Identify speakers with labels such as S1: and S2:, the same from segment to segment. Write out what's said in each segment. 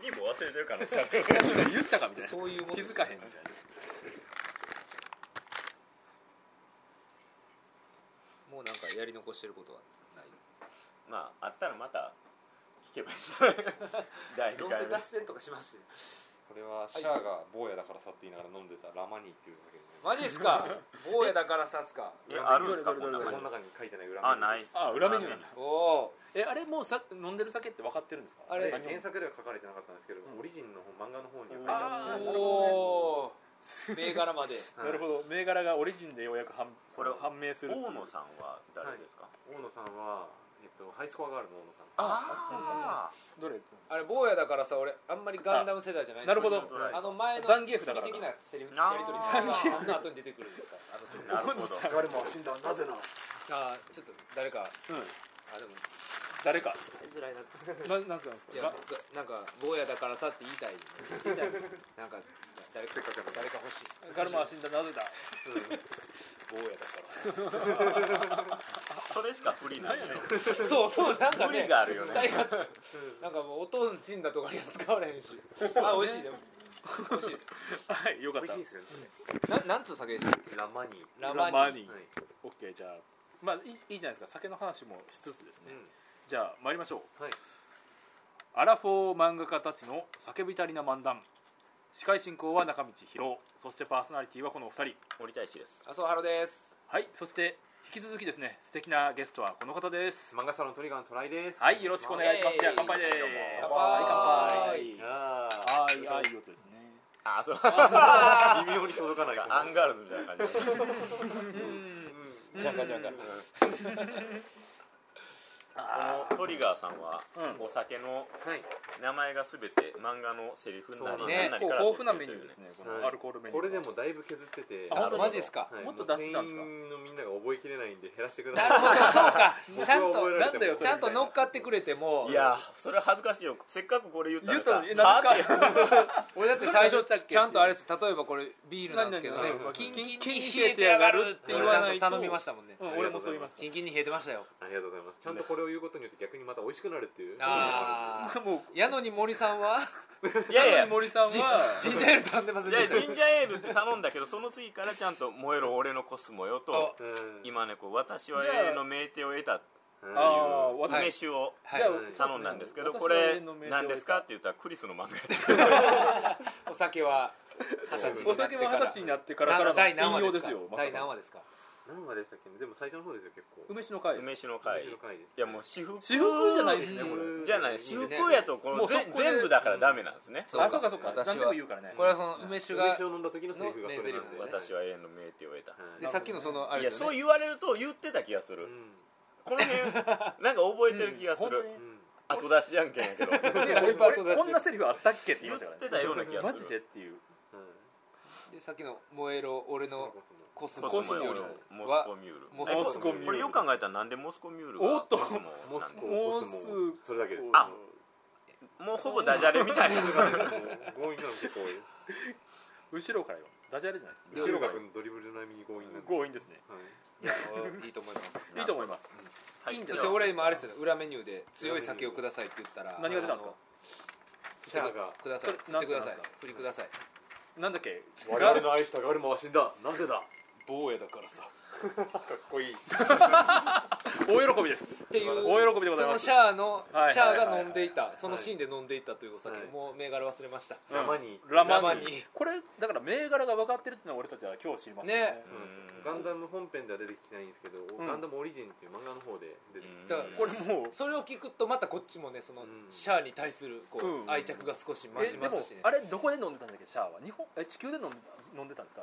S1: にも忘れてる可能性ある
S2: 確かに言ったかみたいな
S3: そういうも
S2: 気
S3: んです
S2: づかへんみたいな
S3: もうなんかやり残してることはない
S1: まああったらまた聞け ばいいじゃない第
S3: ど
S1: 2
S3: うせ
S1: 回目
S3: 脱線とかしますし
S4: これはシャアが坊やだからさって言いながら飲んでたラマニーっていうだけでね
S3: マジっすか坊やだから刺すか
S1: えあるんですかこんな
S4: こ
S1: 感
S4: の
S1: じ
S4: 中に書いてない裏
S1: あない
S2: あ裏メニューなんだ
S3: おお
S2: えあれもうさ飲んでる酒って分かってるんですか
S3: あれ
S2: 何を
S4: 原作では書かれてなかったんですけど、
S2: うん
S4: オリジンの方漫画の方には書いて
S2: あー
S4: ある
S2: なる
S3: おー銘柄まで
S2: なるほど銘柄がオリジンでようやく判
S1: これ
S2: 判明するっていう
S1: 大野さんは誰ですか、
S4: 大野さんは、えっと、ハイスコアガールの大野さん
S1: あ
S2: どれ
S3: あれ坊やだからさ俺あんまりガンダム世代じゃないんです
S2: なるほ
S1: あ
S2: ど
S3: あの前の
S2: ザンギエフだから
S3: 的なセリフ
S1: あー
S3: やり取り
S1: ザンギエ
S3: あの後に出てくるんですかあのセリフ
S1: なるほど
S4: 誰も死んだなぜな
S3: あーちょっと誰か
S2: うん
S3: あでも
S2: 誰か
S3: 使いづらいな
S2: ななんすかなんす
S3: い
S2: か
S3: やなんか坊やだからさって言いたい、ね、なんか誰か
S4: せっかくだから
S3: 誰か欲しい
S2: ガガルマは死んだなぜだ
S3: 坊やだから
S1: それしか不利なんで
S3: そうそうなんか
S1: 無理
S3: ね
S1: があるよね
S3: 使い勝手なんかもうおとん死んだとかには使われへんしあ美味しいでも美味しいです
S2: はいよかった
S4: 美味しいですよね
S3: ななんつう酒でしたっけ
S4: ラマニー
S3: ラ
S2: ラマニー
S4: はい
S2: オッケーじゃあまあいいいいじゃないですか酒の話もしつつですね、
S4: うん
S2: じゃあ参りましょう
S4: はい
S2: アラフォー漫画家たちの叫びたりな漫談司会進行は中道博そしてパーソナリティはこのお二人
S1: 森大志です
S3: 麻生ハロです
S2: はいそして引き続きですね素敵なゲストはこの方です
S4: 漫画サロントリガーのトライです
S2: はいよろしくお願いします
S3: イエーイ
S2: じゃあ乾杯です
S1: 乾
S3: 杯
S2: はい
S4: あ
S2: 乾杯あーあーいい音ですね
S1: あそう
S4: ー微妙に届かない
S1: アンガールズみたいな感じ
S3: ジャンガジャンガ
S1: あのトリガーさんは、
S2: うん
S1: お酒の
S4: はい
S1: 名前がすべて漫画のセリフなり
S4: そうなんで
S1: 何
S4: す
S1: なりか
S2: 結
S1: ら
S2: 構豊富なメニューですねこ
S4: はい
S2: のアルコールメニュー
S4: これでもだいぶ削ってて
S2: あ
S3: あ
S2: 本当に
S3: マジっすか
S4: はい
S2: もっと出してたんですか
S4: もう店員のみんなが覚えきれないんで減らしてくだ
S3: な
S4: さ
S3: るほどそうか
S4: い僕
S3: ちゃん
S4: は覚え
S3: と
S4: られ
S2: なん
S4: ても
S2: だよそ
S3: ち
S2: れ
S3: ゃんと乗っかってくれても
S1: いやそれは恥ずかしいよせっかくこれ言った
S2: 言
S1: ら
S2: った
S1: さ
S2: のにえ何
S1: は
S2: ですか
S3: 俺だって最
S2: どうした
S3: 初
S2: っけ
S3: ちゃんとあれです例えばこれビールなんですけど
S2: 何
S3: ね
S2: 々
S3: キンキンに
S2: キンキン
S3: 冷えてやがるって
S2: 冷えてやがる
S3: 俺ちゃんと頼みましたもんね
S2: うん俺もそう言いまし
S3: キンキンに冷えてましたよ
S4: ありがとうございますちゃんとこれを言うことによって逆にまた美味しくなるっていう
S3: あ
S2: た
S3: あ
S2: もう
S3: やのに森さんは
S1: いやいや
S2: 森さんは
S3: ジンジャーエール頼んでません
S1: い
S3: で
S1: や
S3: し
S1: ジ
S3: た
S1: ンジャーエールって頼んだけどその次からちゃんと「燃えろ俺のコスモよ」と
S4: うん
S1: 「今ねこう私は永遠の命定を得た」って
S4: うん
S2: あー
S1: いう
S2: 私
S1: 梅酒を
S3: はい
S2: じゃあ
S4: はい
S1: 頼んだんですけど
S2: 私は
S1: これ
S2: 永遠の命令を
S1: 何ですかって言ったらクリスの漫画やって
S3: お酒は二十歳にな
S2: お
S3: って
S2: 酒
S3: か
S2: は二十
S3: ら
S2: 歳になってからから
S3: 第何
S2: の
S3: 話
S2: 引
S3: で
S2: 用で
S3: すか
S2: すよまさか
S3: 第何話ですか
S4: 何話でしたっけねでも最初の方ですよ結構
S2: 梅酒の会
S1: 梅酒の
S4: 面
S1: 回い
S4: 白回です
S1: やもう私服
S2: 私服じゃないですね
S3: うん
S2: これ
S1: じゃない私
S4: 渋
S1: 服やとこ
S2: も
S1: の
S2: うそこ
S1: ぜ
S2: で
S1: 全部だからダメなんですね
S3: そうか
S2: あそうかそうか
S3: 私は
S2: 何でも言うからね
S3: これはその梅酒が
S4: を飲んだ時のセリフがそれな
S3: の名
S4: んで
S3: セリフ
S1: 私は永遠の命定を得た
S4: はい
S3: でさっきのそのあ
S1: い
S3: れ
S1: や
S3: です
S1: そ
S3: よ
S1: う
S3: ね
S1: 言われると言ってた気がす
S4: う
S1: る
S4: ん
S1: この辺なんか覚えてる気がす
S2: うん本当
S1: る
S2: に
S4: うん
S1: 後出しじゃんけんやけど
S2: い
S3: で
S2: や
S3: オリパートだし
S2: こんなセリフあったっけって言い
S1: 言
S2: ま
S1: っ
S2: したか
S1: てた
S2: らね
S1: ような気がする
S2: マジでっていう
S3: でさっきの「燃えろ俺のコスモ
S1: コスモ
S3: よ
S1: よ
S3: り
S1: りも
S3: も
S1: モスコ
S3: は
S1: ミュール
S3: モスコ
S2: モスコミュール
S1: これよく考えたらなんでモスコミュールが
S2: おっと
S1: コスモなんだ
S4: モスコ
S2: も
S4: コ
S2: う
S4: ス
S2: す
S4: モそれだけです
S1: あもうほぼダジャレみたいな
S4: 強引なの結構多い
S2: 後ろからよダジャレじゃないで
S4: 後ろがドリブル並みに強引
S2: す
S4: なん
S2: ね
S4: で
S2: 強引ですね
S3: いやいいと思います
S2: いいと思います
S1: はい
S2: いいんだ
S3: そし
S2: よ
S3: て俺今あれですよね裏メニューで「強い酒をください」って言ったら
S2: 何が出たんですか
S3: 「
S4: シャアが
S3: ください」
S2: それ
S3: 振ってくださ
S2: なん
S3: い
S2: すか
S3: 振りください
S2: なんだっけ
S4: 我々の愛したガルマは死んだなぜだ
S3: 坊やだからさ
S4: かっこいい
S2: 大喜びです
S3: っていう
S2: 大喜びでございます
S3: そのシャアの
S2: はいはいはいはい
S3: シャアが飲んでいたそのシーンで飲んでいたというお酒
S4: はい
S3: もう銘柄忘れました
S4: ラマニー
S2: ラマ
S3: ラマ
S2: ニ
S3: ニ
S2: ー
S3: ー
S2: これだから銘柄が分かってるってのは俺たちは今日知りました
S3: ね
S4: そうなんですよガンダム本編では出てきてないんですけど
S2: ん
S4: ガンダムオリジンっていう漫画の方で出てきて
S3: だから
S2: これもう
S3: それを聞くとまたこっちもねその
S4: うん
S3: シャアに対するこ
S2: うん
S3: う愛着が少し増
S2: え
S3: し
S2: で
S3: ま
S2: も
S3: すしね
S2: あれどこで飲んでたんだっけシャアは日本え地球で飲ん飲んでたんですか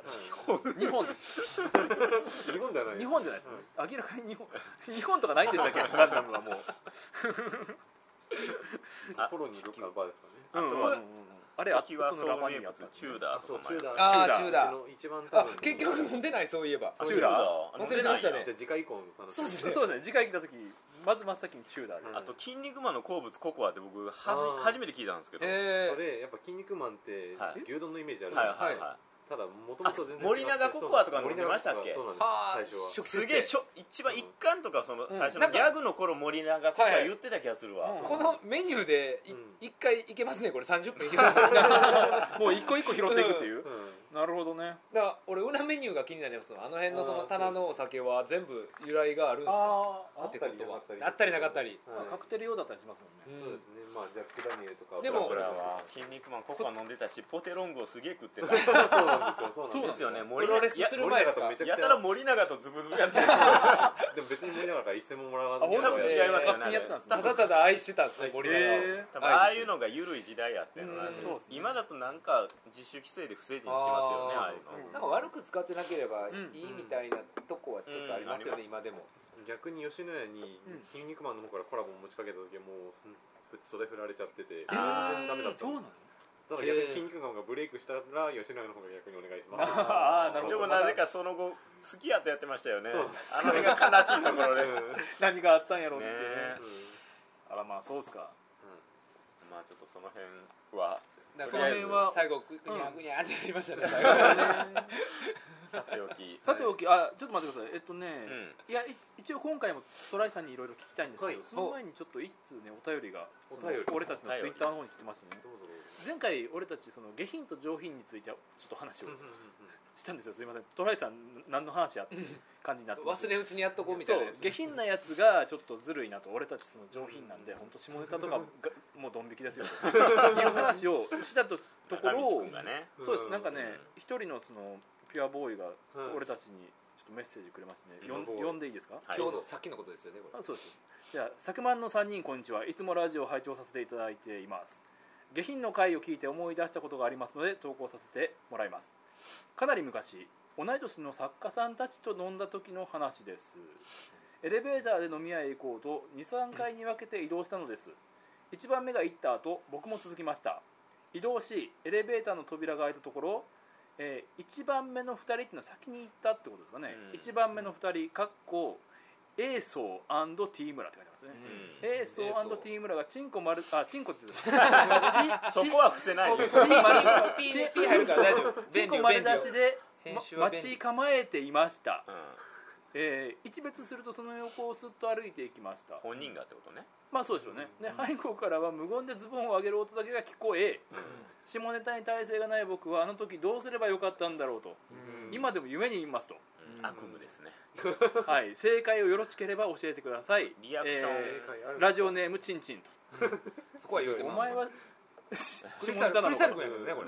S2: 日本
S4: 日本ではない
S2: 日本じゃないですか明らかに日本日本とかないんでしたっけガンダムはもう
S4: ソロに行くからバーです
S2: あ
S4: かね
S2: と
S1: は
S2: あれあ
S1: 時はそ
S2: そ
S1: の
S2: のラ
S1: ラマ
S2: マ
S1: ニー
S2: ニーやっ
S1: や
S2: たんです
S1: チ
S2: ね
S1: ューダーとか
S4: そうチューダ
S3: あ
S4: ー
S3: ーチューダー
S4: うちの一番多
S3: あ
S4: 分
S3: 結局飲んでないそういえば
S2: チューダー
S1: ー
S3: 忘れてましたね
S4: じゃあ次回以降の楽し
S3: そう
S4: み
S3: ですね
S2: そうですね次回来た時まず真っ先にチューダーで
S4: うん
S1: あと「筋肉マン」の好物ココアって僕は
S4: あー
S1: ず初めて聞いたんですけどはい
S3: え
S4: それやっぱ「筋肉マン」って
S1: はい
S4: 牛丼のイメージあるじゃ
S1: は
S4: ないいですか
S1: はい
S4: ただもともと全然
S1: あ森永ココアとか飲んでましたっけ
S4: そうなんです
S3: はあ
S4: 最初は
S3: 食
S1: すげえしょ一番一巻とかその最初
S3: な
S1: の
S3: ん
S1: ギ
S3: か
S1: ャグの頃森永とか
S3: はいはい
S1: 言ってた気がするわ、
S2: うん
S3: このメニューでい
S4: うん
S3: 一、回いけますねこれ30分いけますねだか
S2: もう一個一個拾っていくっていう、
S4: うん
S2: なるほどね
S3: ら俺裏メニューが気になりますあの辺のその棚のお酒は全部由来があるんですか
S2: あ
S3: ってことは
S5: あったりなかったり
S3: あったりなかったり、
S4: はい
S2: カクテル用だったりしますもんね
S3: うん
S4: そうですねまあジャック・ダニエルとか
S3: でも
S1: 僕
S4: ブ
S1: ら
S4: ラブラ
S1: は
S4: は
S1: 筋肉マンココア飲んでたしポテロングをすげえ食ってた
S4: そうなんですよそうなん
S1: そうですよね
S3: プ
S1: 森
S3: ロ
S1: 永
S3: レスする前ですか
S4: 森永とめちゃくちゃ
S1: やたら森永とズブズブやってる
S4: でも別に森永から一銭ももらわず
S2: あ
S4: に
S2: 本
S1: 多
S2: 当
S1: 分
S2: に
S1: 違いますよね
S2: 作品やってたんですね
S1: あ
S3: た
S1: れ多分
S3: だただ愛してたんですねゴリラは、
S2: え
S1: 多分ああいうのが緩い時代やってるのがある
S3: うん
S2: そうですね
S1: 今だとなんか自主規制で不成人にしますよねああい
S3: あー
S1: うの
S4: そう
S6: なんか悪く使ってなければいい
S2: うん
S6: みたいなとこはちょっとありますよね、今でも
S4: 逆に吉野家に
S2: うん
S4: 「筋肉マン」の方からコラボを持ちかけた時はもうそん普通袖振られちゃってて全然
S1: あー
S4: ダメだった
S2: そうなの
S4: ただ逆に筋肉マンがブレイクしたら吉野家の方が逆にお願いします
S2: あーなるほ
S1: で
S2: ど
S1: もなぜかその後スキヤとやってましたよね
S4: そう
S1: あの辺が悲しいところで
S2: 何があったんやろうっていうね
S1: ね
S2: あらまあそうですか
S1: まあちょっとその辺は
S3: なん
S2: その
S3: か
S2: 辺は
S3: 最後グニャグニャってなりましたね、
S1: さておき
S2: さておきあちょっと待ってくださいえっとね、
S1: うん
S2: いやい一応今回もトライさんにいろいろ聞きたいんですけど、
S4: はい
S2: その前にちょっと一通ねお便りが
S4: お便り
S2: その俺たちのツイッターの方に来てましてね
S4: どうぞどうぞ
S2: 前回俺たちその下品と上品についてはちょっと話を
S4: うんうんうん
S2: したんですよすいませんトライさん何の話やって感じになってます
S3: 忘れうちにやっとこうみたいなやつ
S2: そう下品なやつがちょっとずるいなと俺たちその上品なんで本当下ネタとかがもうドン引きですよという話をしたとところ
S1: 中
S2: を
S1: 道君がね
S4: うん
S2: そうですなんかね一人のそのピュアボーイが
S4: うん
S2: 俺たちにちょっとメッセージくれましてね、
S1: ピュア
S2: よん
S4: ボーイ
S2: 読んでいいですか
S1: はい
S3: 今日のさっきのことですよねこれ
S2: あそうですじゃあ昨晩の3人こんにちはいつもラジオを拝聴させていただいています下品の回を聞いて思い出したことがありますので投稿させてもらいますかなり昔同い年の作家さんたちと飲んだ時の話ですエレベーターで飲み屋へ行こうと23回に分けて移動したのです1番目が行った後僕も続きました移動しエレベーターの扉が開いたところ、え1番目の2人っていうのは先に行ったってことですかね、
S1: うん
S2: 一1番目の2人かっこ A 層 &T 村って書いてますね、
S1: うん
S2: A 層
S3: A 層
S2: &T 村がチンコ丸あチンコって言ってた
S1: そこは伏せないよ
S2: チン丸
S3: ピ
S2: チン
S3: ーピー入るから大丈夫
S2: チン
S3: 便利
S2: コ
S3: よ
S2: 丸
S3: 便
S2: 出
S3: 利よ
S2: しで、
S6: 編集
S2: ま、
S6: は便利
S2: 待ち構えていました、
S1: うん
S2: えー一別するとその横をすっと歩いていきました
S1: 本人がってことね
S2: まあそうでしょうねで背後からは無言でズボンを上げる音だけが聞こえ下ネタに耐性がない僕はあの時どうすればよかったんだろうと、
S3: うん
S2: 今でも夢に見ますと、
S1: うん悪夢ですね
S2: はい、正解をよろしければ教えてください
S1: リアクション
S2: え
S4: 正解あ
S2: ー
S4: る
S2: ラジオネームチンチンと
S3: そこは言うて
S2: お
S3: も
S2: 前は
S3: ク
S2: 下
S3: リ
S2: ネ
S3: スタル
S2: タな
S3: クリ
S2: の
S3: スタ
S2: か
S3: ル
S2: な
S3: 君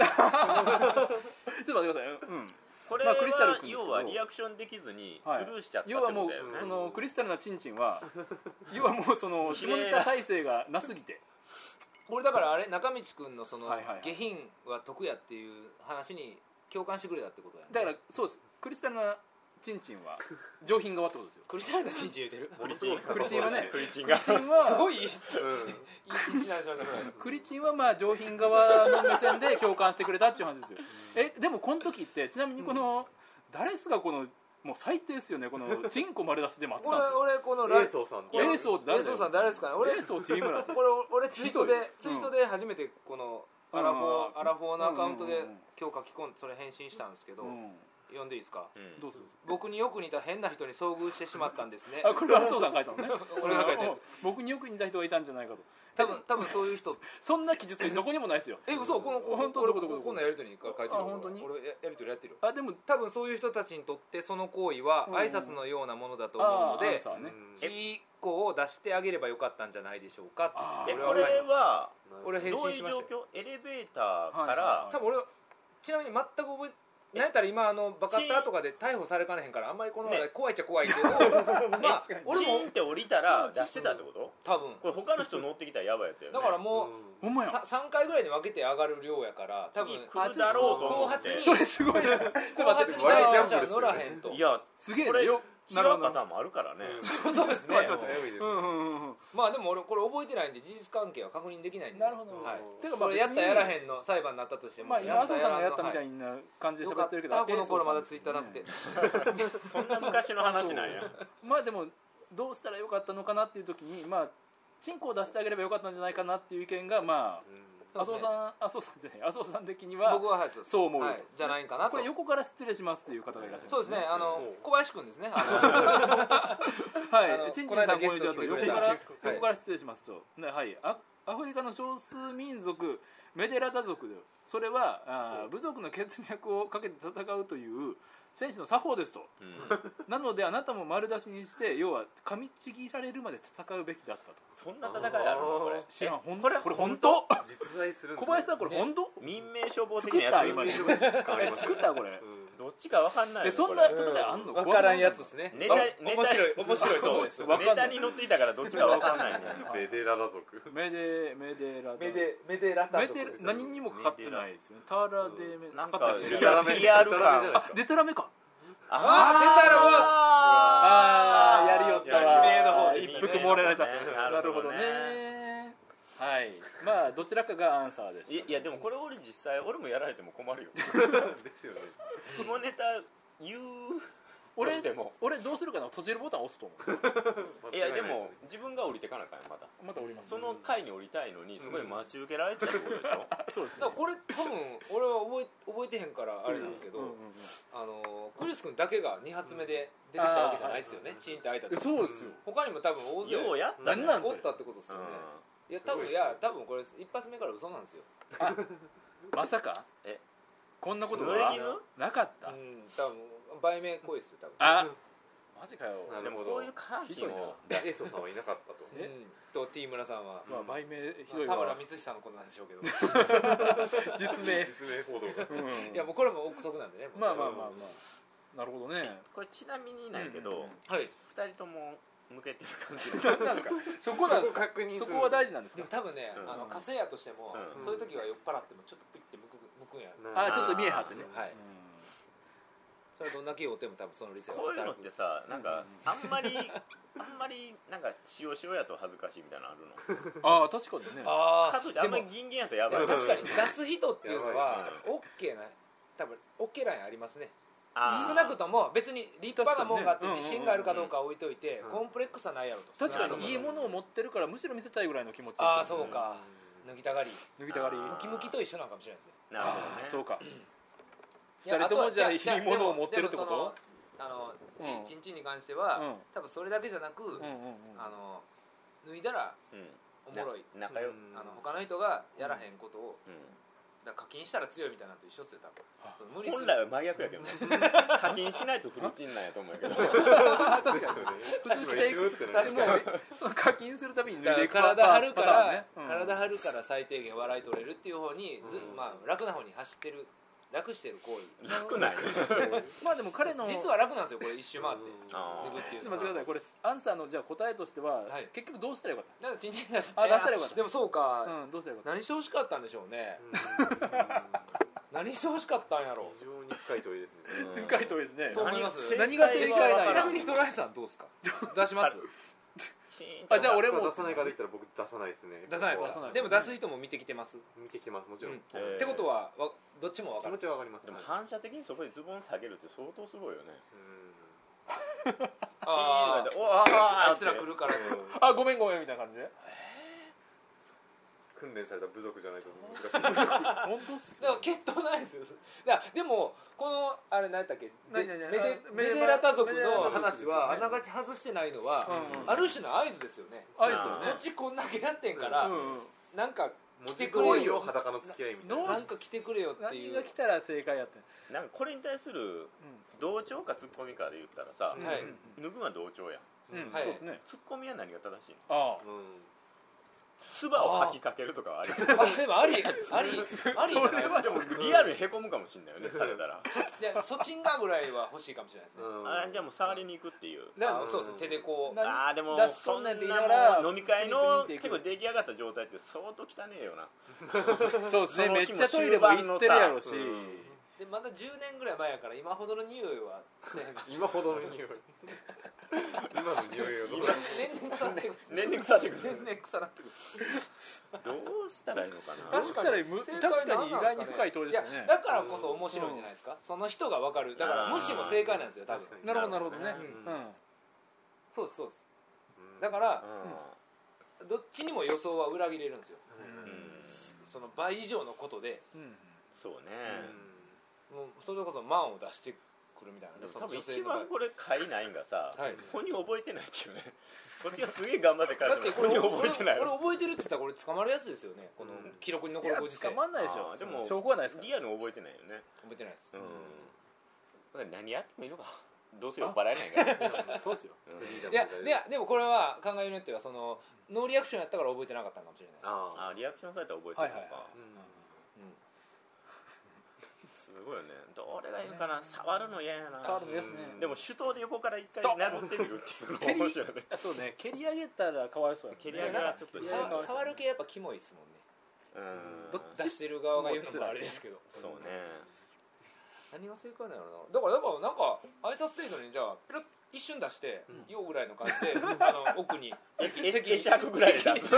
S2: ちょっと待って
S3: やけどねこれ
S2: くださいうん
S1: これ
S2: まあクリスタル
S1: は
S2: 君ですけど
S1: 要はリアクションできずに
S2: はい
S1: スルーしちゃったって
S2: 要
S1: こ
S2: は
S1: と
S2: もう
S1: だよね
S2: そのクリスタルなチンチン は要はもうその下ネタ耐性がなすぎて
S3: これだからあれ中道君のその
S2: はいはいはい
S3: 下品は得やっていう話に共感してくれたってことやね
S2: だからそうですクリスタルなチンチ ンは上品側ってことですよ
S3: クリスタルなチンチン言うてる
S1: クリチン
S2: クリチンはね
S1: クリチン
S2: クリ
S1: が
S2: チンは
S3: すごいいい
S4: うん
S3: いいチンなんでしょうねこれ
S2: クリチンはまあ上品側の目線で共感してくれたっていう話ですよえでもこの時ってちなみにこの、誰ですかこのもう最低ですよねこのチンコ丸出しで待ってたんですよ
S3: 俺 俺このラ
S4: エイ
S3: イ
S4: ソーさんと
S2: エイソーって誰だよ
S3: エイソーさん誰ですかね俺
S2: エイソー T 村って
S3: これ俺ツイートで
S2: ひどい
S3: ツイートで初めてこのアラフォ
S2: うん
S3: ーアラフォーのアカウント
S2: うんう
S3: で
S2: んうん
S3: 今日書き込んでそれ返信したんですけど
S2: うん
S3: 読んでいいですか
S1: うん
S2: どうする
S3: 僕によく似た変な人に遭遇してしまったんですね
S2: あこれはそうさん書いたのね
S3: 俺が書いたやつ
S2: 僕によく似た人がいたんじゃないかと
S3: 多分多分そうい う人
S2: そんな記述どこにもないですよ
S3: え嘘このこ
S2: 本当
S3: 俺
S2: どこどこど
S3: こ
S2: こ
S3: こんなんやりとりに書いてるよ
S2: あ本当に
S3: 俺ややりとりやってるよ
S2: あでも
S3: 多分そういう人たちにとってその行為は
S2: うん
S3: 挨拶のようなものだと思
S2: あ
S3: うの
S2: ーアン
S3: で
S2: サーね
S3: 「いい子を出してあげればよかったんじゃないでしょうか」
S2: あ
S3: っ
S2: ー
S3: て
S1: え
S3: 俺
S1: こ
S3: は
S1: れ
S3: 書いてる
S1: は
S3: 俺
S1: どうい
S3: 返信
S1: う
S3: し
S1: 状
S3: ましたよ
S1: 況エレベーターか
S2: はいはいは
S1: ら
S2: い
S3: 多分俺はちなみに全く覚えなんやったら今あのバカッターとかで逮捕されかねへんからあんまりこの話題
S1: ね
S3: 怖いっちゃ怖いけどま あ
S1: 俺
S3: 俺
S1: も
S3: も
S1: って降りたら出してたってこと
S3: 多分
S1: これ他の人乗ってきたらやばいやつやね
S3: だからも
S2: ほんま
S3: う
S2: や
S3: さ3回ぐらいに分けて上がる量やから多分
S1: 次来るだろうと思って
S3: 後発
S2: それすごいな
S3: 後発に第三者は乗らへんと
S1: いや
S2: すげえ
S1: こ
S2: な
S1: れ違う
S2: よなるほど
S1: パターンもあるからね
S3: そうですね
S2: 待って待
S4: 悩みで
S2: う
S4: すね
S2: んうんうんうん
S3: まあでも俺これ覚えてないんで事実関係は確認できないんで
S2: なるほど
S3: はい
S2: てかまあ
S3: これやったやらへんの裁判になったとしても
S2: まあ今麻生さんがやったみた
S3: に
S2: いな感じで
S3: よ
S2: 喋
S3: か
S2: っ
S3: って
S2: るけど
S3: たこ
S2: エ
S3: の頃
S2: イソーさ
S3: ま
S2: ん
S3: だ
S2: です
S3: ツイ
S2: ね
S3: ッターなくて
S1: そんな昔の話なんや
S2: まあでもどうしたらよかったのかなっていう時にまあチンコを出してあげればよかったんじゃないかなっていう意見がまあ麻生さん麻生さんじゃない麻生さん的には
S7: 僕ははいそうです
S2: そう思う
S7: はいじゃないかな
S2: ことれ横から失礼しますという方がいらっしゃいます
S7: そうですねあの
S5: うん
S7: 小林くんですねああ
S2: は
S7: の
S2: い、チンチ
S7: こ
S2: ン
S7: の
S2: さ
S7: 間
S2: んこんにちは
S7: ゲスト来
S2: と
S7: てく
S2: 横
S7: れ
S2: か
S7: た
S2: ら、
S7: はい
S2: 横から失礼しますと、ねはい、あアフリカの少数民族メデラタ族でそれはあー部族の血脈をかけて戦うという戦士の作法ですとなのであなたも丸出しにして要は噛みちぎられるまで戦うべきだったと
S1: そんな戦いあるのこれ
S2: 知らん
S1: え
S2: ほん
S1: これ
S2: これ本当
S4: 実在するん
S2: 小林さんこれ本当、
S1: 民命消防的
S2: 作っ
S1: な
S2: た
S1: や
S2: 今
S1: つ
S2: 作ったこ れ
S1: どっちかわかんない
S2: で
S1: の
S2: そん
S1: こ
S2: な
S1: れ
S2: 戦いあんの
S3: 分からんやつですね
S1: ネタネタ
S3: 面白い面白いそうです
S2: わかん
S1: ネ
S2: ない
S1: タに乗っていたからどっちかわかんないんだよ
S4: ベデララ族
S2: メデメデラタ
S3: メデメデラタ
S2: メ
S3: 族
S2: デ
S3: ですね
S2: 何にもかかってないですよねタラデメ
S1: なん
S2: かか
S1: か
S2: ってない
S4: デタラメ
S1: PR
S4: デタラメじゃない
S1: 感
S2: あデタラメか
S3: あ出たらボス
S2: あーやりよったわ
S3: やりの方
S2: 一服漏れられた
S1: ね
S2: なるほどねはいまあどちらかがアンサーです
S1: いいやでもこれ俺実際俺もやられても困 るよ
S4: ですよね
S1: 下ネタ言う
S2: 俺
S1: どうしても
S2: 俺どうするかな閉じるボタン押すと思
S1: いやでも自分が降りてかなあかんよまだ
S2: うまた降ります
S1: その階に降りたいのにそこで待ち受けられてたってことでしょ
S2: そうです
S3: だからこれ多分俺は覚え覚えてへんからあれなんですけど、
S2: うんうんうん
S3: あのクリス君だけが2発目で出てきたわけじゃないですよね、チンって開いた
S2: え
S3: 時
S2: そうですよ
S3: 他にも多分大勢
S1: ようやったね
S2: 何なん
S3: おったってことですよね、いや多分いや多分これ一発目から嘘なんですよ、
S2: まさか
S1: え
S2: こんなこと
S1: 濡れ
S2: が
S1: 衣
S2: なかっ
S3: う
S2: た
S3: ん、多分倍目濃いですよ多分
S2: あマジかよ
S4: な
S1: で
S4: る
S1: も
S4: ほ
S1: こ
S4: ど
S1: ういう下半身を
S4: エイトさんはいなかったと
S3: うんと T 村さんは、
S2: まあ売名ひ
S3: ま
S2: ど
S3: あ
S2: い
S3: 田村
S2: わ
S3: 光久のことなんでしょうけど
S2: 実
S4: 実
S2: 名
S4: 名報道が
S2: うん
S3: いやもうこれも憶測なんでねもう
S2: まあまあまあまあなるほどね
S1: これちなみになんやけ
S2: うんうん
S1: ど
S2: うん
S3: はい
S1: 2人とも向けてる感じ
S2: なんかそこなんですか
S4: そこ確認す
S2: そ
S4: る
S2: こは大事なんです
S3: で
S2: か
S3: も多分ね、
S1: うん
S3: あの火星やとしても、
S1: うん
S3: そういう時は酔っ払ってもちょっとピッてむくむくんや
S2: あちょっと見え張ってね
S3: はいそれはどんだけ酔っても多分その理性は
S1: こういうの
S3: 働
S1: って
S3: く
S1: さなんかあんまりあんまりなんか塩塩やと恥ずかしいみたいなのあるの
S2: ああ確かにね
S3: あ
S1: かといってあ
S3: で
S1: んま
S3: も
S1: りギンギンやとやばい
S3: でも確かに出す人っていうの
S1: やば
S3: はい
S1: ね
S3: オッケーな多分オッケーラインありますね
S1: あー
S3: 少なくとも別に立派なもんがあって
S2: 確かにね
S3: 自信があるかどうかは置いといて
S4: うん
S3: コンプレックスはないやろと
S2: 確
S1: なる
S2: か
S1: ほど
S2: にいいものを持ってるからむしろ見せたいぐらいの気持ち
S3: ああそうか脱ぎたがり
S2: 脱ぎたがり
S1: あ
S3: ムキムキと一緒なのかもしれないですね
S1: なるほど
S2: あ
S1: ね
S2: ーそうか
S3: いや
S2: 二人とも
S3: あは
S2: じゃあいいものを持ってるってこと
S3: でもでもそのあ
S2: うん
S3: のちんちんに関しては、
S2: うん
S3: 多分それだけじゃな
S2: う
S3: く、
S2: んうんうん
S3: あの脱いだら
S1: うん
S3: おもろい
S1: 仲良く
S3: あの他の人がやらへんことを
S1: うん
S3: だから課金したら強いみたいなのと一緒っすよ多分その無理す
S1: 本
S3: る
S1: 来は真逆やけどね課金しないとフルチンなんやと思うんやけ ど
S2: 普通に着ていく
S4: 確かに
S2: その課金するたびに
S3: だ
S2: 脱い
S3: か
S2: で
S3: ら
S2: いくパ
S3: 体張るか
S2: パターン
S3: ら
S2: ね、うん
S3: 体張るから最低限笑い取れるっていう方にず、
S4: うん
S3: まあ、楽な方に走ってる楽してる行為
S1: 楽ない
S2: まあでも彼の
S3: 実は楽なんですよこれ一周回って
S1: あ
S3: 脱ぐ
S1: ー
S3: ってい
S2: ちょっ
S3: う
S2: と待
S3: の
S2: ってくだ
S3: は
S2: さいこれアンサーのじゃあ答えとしては
S3: はい
S2: 結局どうしたらよかっ
S3: なんかチンチン出して
S2: あ出したらよかった
S3: でもそうか
S2: た、うんどうしたらよかっ
S3: 何してほしかったんでしょうね何してほしかったんやろ
S4: 非常に深い問いですね
S2: た 深い問いですね
S3: そう思います
S2: 何が正解
S3: ち
S2: な
S3: な
S2: の
S3: みにトライさんどうですか出します
S2: あじゃあ俺
S4: 俺も
S2: も
S4: 出さないからできたら僕出さないですね
S3: 出さないです
S2: 出さな
S3: か
S2: い
S3: でも出す人も見てきてます、
S4: 見てきますもち
S3: う
S4: ろ
S3: ん
S4: ん
S1: えー
S3: ってことはわどっちも分
S4: 気
S3: か
S4: 持
S3: る
S4: ちはわかります
S1: でも
S4: はい
S1: 反射的にそこでズボン下げるって相当すごいよね
S4: う
S3: あ
S1: チーンって
S3: ー
S1: おあ
S3: あ
S1: ー
S3: いつら来るから
S4: ん
S2: あごめんごめんみたいな感じで
S4: 訓練された部族じゃないと難しい
S2: 本当っす
S3: だから血統ないですよだからでもこのあれ何やったっけで
S2: 何々
S3: メデ
S2: あメデ
S3: メデラタ族
S2: メデラ
S3: の
S2: タ
S4: 族です
S3: 話
S4: よね
S3: はあながち外してないのは、
S2: うんうん
S3: ある種の合図ですよね
S2: あれですよ
S1: うん
S3: こっちこんだけやってんから、
S2: ねうんうん
S3: なんか来
S4: 文
S3: て
S4: 字
S3: くれよ
S4: 通りの裸の付き合いみたい
S2: どう
S4: な
S3: なんか来てくれよってい
S2: 何
S3: う
S2: が来たら正解やってん
S1: なんかこれに対する同調かツッコミかで言ったらさ
S3: はい
S1: 脱ぐは同調やん
S2: うんうん
S4: はい
S2: そうですね
S1: ツッコミは何が正しいの
S2: ああ
S4: うん
S1: 唾を吐きかけるとかはあり
S3: あでもありありありじゃないですか
S1: でもリアルにへこむかもしんないよねされたら
S3: いやそちんがぐらいは欲しいかもしれないですね、
S4: うん
S1: あじゃあもう触りに行くっていう
S2: だから
S3: あそうですね手でこう
S2: 何
S1: あーでも
S2: だし
S1: そ
S2: そ
S1: ん
S2: ん
S1: な
S2: なん
S1: も
S2: でいなら
S1: ん飲み会の
S2: ピクニ
S1: 結構
S2: ックに行って
S1: 出来上がった状態って相当汚ねえよな
S2: そうですね
S1: その
S2: めっ
S1: 日も
S2: ちゃトイレも行ってるやろし
S1: 終盤のさ
S3: でまだ10年ぐらい前やから今ほどの匂いはせえへんか もしれない
S4: 今ほどの匂い今の匂いをどう
S3: 年々腐ってくる
S1: 年々腐ってくる
S3: 年々腐ってくる
S1: どうしたらいいのかな
S3: 確かに
S2: どうし
S3: 正
S2: たら
S3: 解
S2: 確か
S3: 何
S2: に意
S3: な
S2: 外
S3: んすかね
S2: に深い問いでしたね
S3: やだからこそ面白いんじゃないですか、その人が分かるだから無視も正解なんですよ多分
S4: 確かに
S2: なるほどなるほどね
S4: うん
S2: うん
S3: そうですそうです
S4: うん
S3: だから
S1: う
S3: どっちにも予想は裏切れるんですよ
S1: んうん
S3: その倍以上のことで
S2: うん
S1: そうね、
S3: もうそれこそ満を出してくるみたいなねそ
S1: 多
S3: の
S1: 分
S3: 女性
S1: 一
S3: の場合
S1: 番これ買いないんがさ、
S8: はい
S1: 本人覚えてないっていうね こっちがすげえ頑張って書い
S3: だ
S1: て
S3: っ
S1: る
S3: てこ
S1: 本 人覚え
S3: れ俺
S1: てない
S3: 俺覚えてるって言ったらこれ捕まるやつですよねこの
S1: うん
S3: 記録に
S2: い
S3: 残
S2: や
S3: るご時世
S2: 捕
S3: 覚
S2: まんないでしょ
S1: あーでも
S2: 証拠がないですから
S1: リアル覚えてないよね
S3: えてないです
S1: うん、だから何やってもいいのかどうせ酔っ払えないから
S2: そうですよ
S3: いやいやでもこれは考えようによってはそのノーリアクションやったから覚えてなかったのかもしれないです
S1: あリアクションされたら覚えてるのか、
S2: はいはいは
S1: すごいよねどれがいいのかな触るの嫌やな
S2: 触るの嫌ですね
S1: うんでも手刀で横から一回
S2: そう
S1: 殴ってみるっていうのも
S2: 蹴り
S1: 面白いよね
S2: そうね蹴り上げたらかわいそうやもんね
S1: 蹴り上げはちょっとしんどい
S2: や
S3: さ
S2: なんか
S3: 触る系やっぱキモいですも んね
S1: うん
S2: どっ
S3: 出してる側が言うのもあれですけど
S1: そうね
S3: 何が正解なのだからだからなんか挨拶程度にじゃあピロッ一瞬出して「よ」うぐらいの感じ であの奥に席
S1: え
S3: 席
S1: え尺ぐらいで出す
S3: 席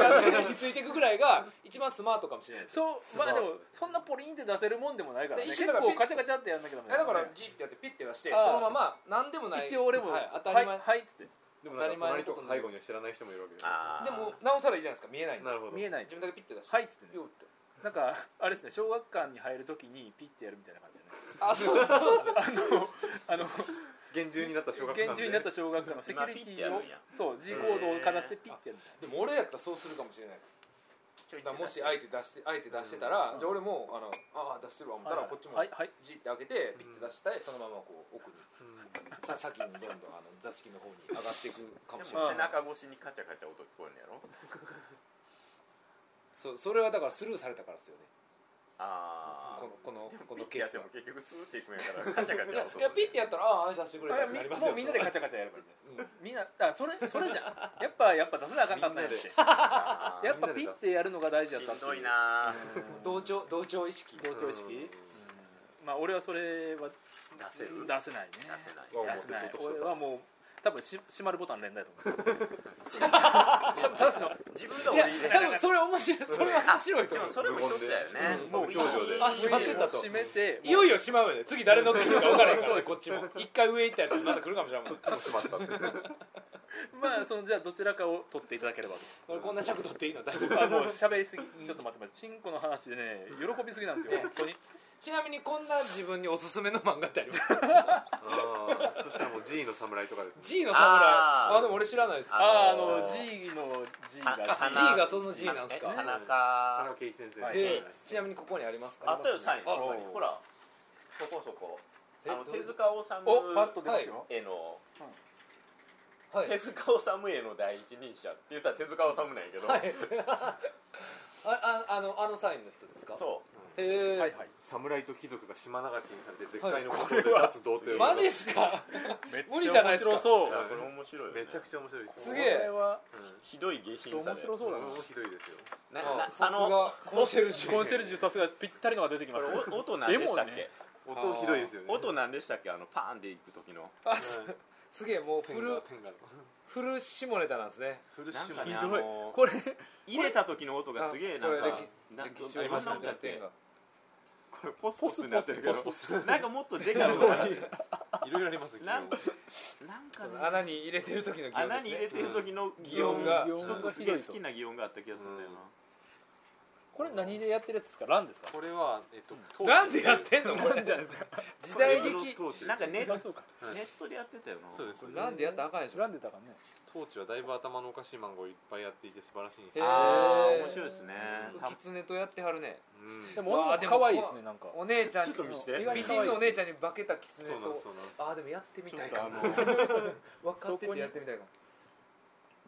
S3: についていくぐらいが一番スマートかもしれないです
S2: そうまあでもそんなポリンって出せるもんでもないからね
S3: で一
S2: 結
S3: 瞬だから
S2: 構カチャカチャってやんなきゃダメ
S3: いやだから
S2: ね
S3: ジってやってピッて出して
S2: あー
S3: そのまま何でもない
S2: 一応俺も
S3: はい
S2: は
S3: 当
S2: い
S3: たり前
S2: はいっつって
S4: でもなんか隣とか
S3: 当たり前のことに
S4: 背後には知らない人もいるわけで
S1: あ
S3: で
S1: ー
S3: も直さらいいじゃないですか見えないんで
S4: なるほど
S2: 見えない
S3: 自分だけピッて出して
S2: はいっつってね
S3: ようって
S2: なんかあれですね小学館に入るときにピッてやるみたいな感じでね
S3: あそうです そうです
S2: あの
S4: 厳重になった小学生
S2: 厳重になった小学館のセキュリティ
S1: まあ
S2: を
S1: ピッてやるんや
S2: そう G コードをかざしてピッてやるみたい
S3: でも俺やったらそうするかもしれないですだからもし相手出して相手出してたら、じゃあ俺もあのああ出してるわ思ったら、
S2: はい
S3: こっちも
S2: はいはい
S3: じって開けてピッて出して、そのままこう奥に、さ先にどんどんあの座敷の方に上がっていくかもし
S1: で
S3: れな
S1: も
S3: い
S1: 背中越しにカチャカチャ音聞こえるんのやろ
S3: そそれはだからスルーされたからですよね
S1: ああ
S3: このこの
S1: ピ
S3: こ
S1: ッ
S3: の
S1: て
S3: ケー
S1: やっ
S3: ス
S1: て
S3: は
S1: も結局スーっていくんやからカチャカチャ音す
S3: い
S1: る
S3: やピッてやったらああ挨拶してくれたってなり
S2: な
S3: ますよ
S2: もうみんなでカ
S3: それ
S2: チャカチャやるからね
S3: うん
S2: みんなあそれそれじゃん やっぱやっぱ出せなあかんかったんやって
S1: あー
S2: やっぱピッてやるのが大事だっ
S1: し
S2: たっ
S1: ん
S2: ていう
S1: どいな
S3: 同調同調意識
S2: 同調意識うんまあ俺はそれは
S1: ー出せる
S2: 出せないね
S1: 出せない
S4: わ
S2: 出せない
S4: もう
S2: 俺はもう多分し閉まるボタン連打やと 思うただしの
S1: 自分が
S3: い
S1: 俺
S3: や
S1: 言いた
S3: 多
S1: か
S3: 分
S1: ら
S3: それ面白いそれは面白いと
S1: で
S3: 思
S1: もそれも一つだよね
S4: 無言で無表情で
S1: あ
S3: 閉まってたと
S2: 閉めて
S3: ういよいよしまうよね次誰乗ってくるか分からへんからねこっちも一回上行ったやつまた来るかもしれないもんね
S4: 閉まったって
S2: まあそのじゃあどちらかを取っていただければと
S3: 俺こんな尺取っていいの大丈夫
S2: あもう喋りすぎちょっと待って待ってチンコの話でね喜びすぎなんですよ本当に
S3: ちなみにこんな自分におすすめの漫画ってありま す
S4: ああそしたらもう G の侍とかです
S3: G の侍
S1: あ
S3: あ
S1: ー
S3: でも俺知らないです
S1: あ
S3: あ
S2: ああ
S1: の
S2: の
S1: ー
S2: G の G
S1: あ
S2: が
S3: G
S1: 花
S3: がその G なんですか
S1: 田中
S4: 田中圭一先生
S2: はい
S3: でちなみにここにありますか
S1: あったよサイン
S3: あ
S1: そこにほらそこそこ
S3: え
S1: あの
S3: どうい
S1: 手
S3: う
S1: 塚治虫
S2: おパッと出ますよ
S1: 絵の
S3: はい
S1: 手塚治虫絵の第一人者って言ったら手塚治虫なんやけど
S3: はい あああのあのサインの人ですか
S1: そ
S3: へえ、
S2: はいはい
S4: 侍と貴族が島流しにされて絶
S3: はい
S4: 海の孤島で立つ童貞を
S3: マジっすか無
S2: めっ
S3: 理じ
S2: ち
S3: ゃな
S2: 面
S3: いですか
S2: 白そう
S1: うあこれ面白いよね
S4: めちゃくちゃ面白いです
S3: すげ
S4: え
S3: え
S2: これは
S1: ひどい下品さ
S2: 面
S1: で
S2: 白そうだな
S4: もうひどいですよ
S1: な
S3: あ
S1: な
S3: さ
S1: あ
S3: す
S1: の
S3: がコンシェルジュ
S2: コンシェルジュさすがぴったりのが出てき
S1: こ
S2: ました
S1: れお音何でしたっ
S2: 絵も
S1: け
S2: ね
S4: 音ひどいですよね
S1: 音何でしたっけあのパーンで行く時の
S3: あすすげえもうフル
S4: ペンが
S3: フル下ネタなんですね
S4: フルシ
S1: なん
S4: ュ
S1: かね
S4: も
S1: あ
S2: どい
S1: の
S2: これ
S1: 入れた時の音がすげえなん
S3: あ
S1: か
S3: これ
S1: なん
S3: 歴史
S1: ど
S3: を
S1: んな音だ
S3: や
S1: っ
S3: っててが
S1: これポスポスになってるけ
S2: ポ
S1: どなんかもっとでかい音が鳴ってる
S4: いろいろありますよ
S1: なんか
S4: 昨
S1: なんか
S3: そ
S1: ね
S3: の穴に入れてる時の擬音で
S1: 穴
S3: す
S1: に入れ
S3: ね
S1: てる時の擬音が一つすげえ好きな擬音があった気がするんだよな
S2: これ何でやってるやつですかランですか
S4: 日これはえっと当時
S3: なんでやってんのこれ
S2: じゃないですか
S3: 時代
S4: 江戸の
S3: 劇
S4: 当時
S1: なんかネネ
S2: あそうか
S1: ットでやってたよな
S4: そうですそうです
S3: なんでやったらあかんでしょ
S2: ランでたからね
S4: 当時はだいぶ頭のおかしい漫画をいっぱいやっていて素晴らしいんです
S3: へ
S4: よ
S3: え
S1: あー面白いですねた
S3: キツネとやってはるね
S4: うん
S2: で
S4: そう
S2: も女の子可愛いですねなんか
S3: お姉ちゃん
S1: ちょっと見せ
S2: 意
S1: て
S2: 外
S3: 美
S2: に
S3: 人のお
S2: 可愛い
S3: 姉ちゃんに化けたキツネ
S4: なんです
S3: と
S4: そうなんです
S3: ああでもやってみたい
S1: ちょ
S3: か
S1: っ
S3: も
S1: とあの
S3: 分かっててやってみたいかも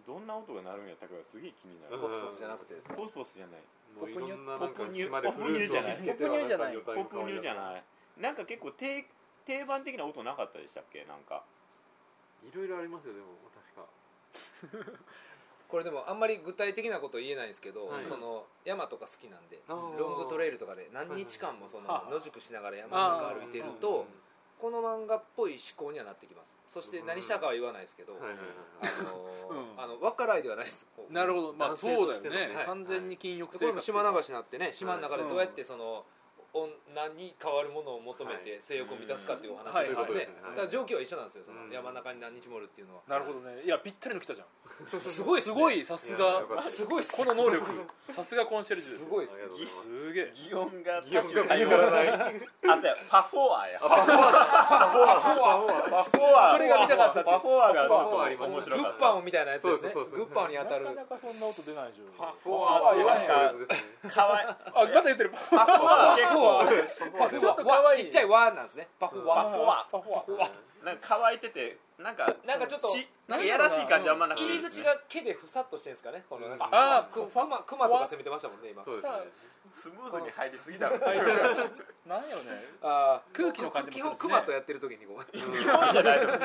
S1: どんな音が鳴るんやったかがすげえ気にな
S4: う
S1: る
S4: ん
S3: ポスポスじゃなくてですね
S1: ポスポスじゃない
S4: もういろんななんか島で
S1: ポップニュー
S4: フルーツを見つけては
S2: ポップニューじゃない
S4: んか
S1: ポップニューじゃ
S4: い
S1: ないなんか結構定定番的な音なかったでしたっけなんか
S4: いろいろありますよでも確か
S3: これでもあんまり具体的なこと言えないんですけど
S4: はい
S3: その山とか好きなんで
S4: あー
S3: ロングトレイルとかで何日間もそ
S2: は
S3: の
S2: い
S3: 野宿しながら山の中歩いてるとこの漫画っぽい思考にはなってきますそして何したかは言わないですけど、
S4: はいはいはい
S3: あ
S4: はい
S3: のー
S2: うん
S3: あの分からいではないです
S2: なるほどまあ
S4: 男
S2: そ
S4: 性
S2: う
S4: と
S2: だ
S4: し
S2: よ
S4: てのね
S2: ね
S4: はい
S2: 完全に禁欲
S3: でこれも島流
S2: し
S3: しになってね島の中でどうやってその、女に変わるものを求めて性欲を満たすかっていうお
S2: は
S3: 話
S2: い
S3: ですよ
S4: そういう
S3: ね
S4: ことですねはい
S3: だから状況は一緒なんですよその
S4: うん
S3: 山中に何日もおるっていうのは
S2: なるほどねいやぴったりの来たじゃん
S3: すごいっ
S2: す
S3: ね
S2: ごいさすが
S4: よかった
S3: すごいっす
S2: この能力さすがコンシェルジュで
S9: す
S2: すよ
S9: ごいっ
S4: あ
S9: す
S4: り
S9: ね
S4: がとうご
S1: 擬音が
S2: すげえ
S4: ざいます擬音が
S1: 多種多様あそうやパフォーアーやパフォア
S2: それが見たかったって
S1: パフォアがちょっ
S4: パフォアあり
S1: と
S4: ます
S1: 面白
S3: グ
S1: かっ
S3: ッ
S1: た
S3: パンみたいなやつですね
S4: そうそうそうそう
S3: グッパンに当
S2: な
S3: たる
S2: かなかそんな音出ないでしょ
S1: パフォアーってなんか
S4: そうですね
S1: かわいい
S2: あまだ言ってる
S1: パフォアー結構
S3: パフ
S2: ちょっと可
S3: わ
S2: 愛い
S3: ちっちゃいワなんですねパフ
S1: パ
S3: ワ
S1: フォア
S2: パフォア
S1: なんか乾いててなんか
S3: なんかちょっと
S1: しなんかやらしい感じはあんまなかっ
S3: 入
S1: た
S3: り
S1: ですね
S3: 口が毛でふさっとしてるんですかねこのなんか
S2: あー
S3: クマクマとか攻めてましたもんね今
S4: そうですね
S1: スムーズに入りすぎだろ
S2: はいなんやろね
S3: あー
S2: 空気の感じもするしね
S3: 基本クマとやってる時にこう
S1: じゃないの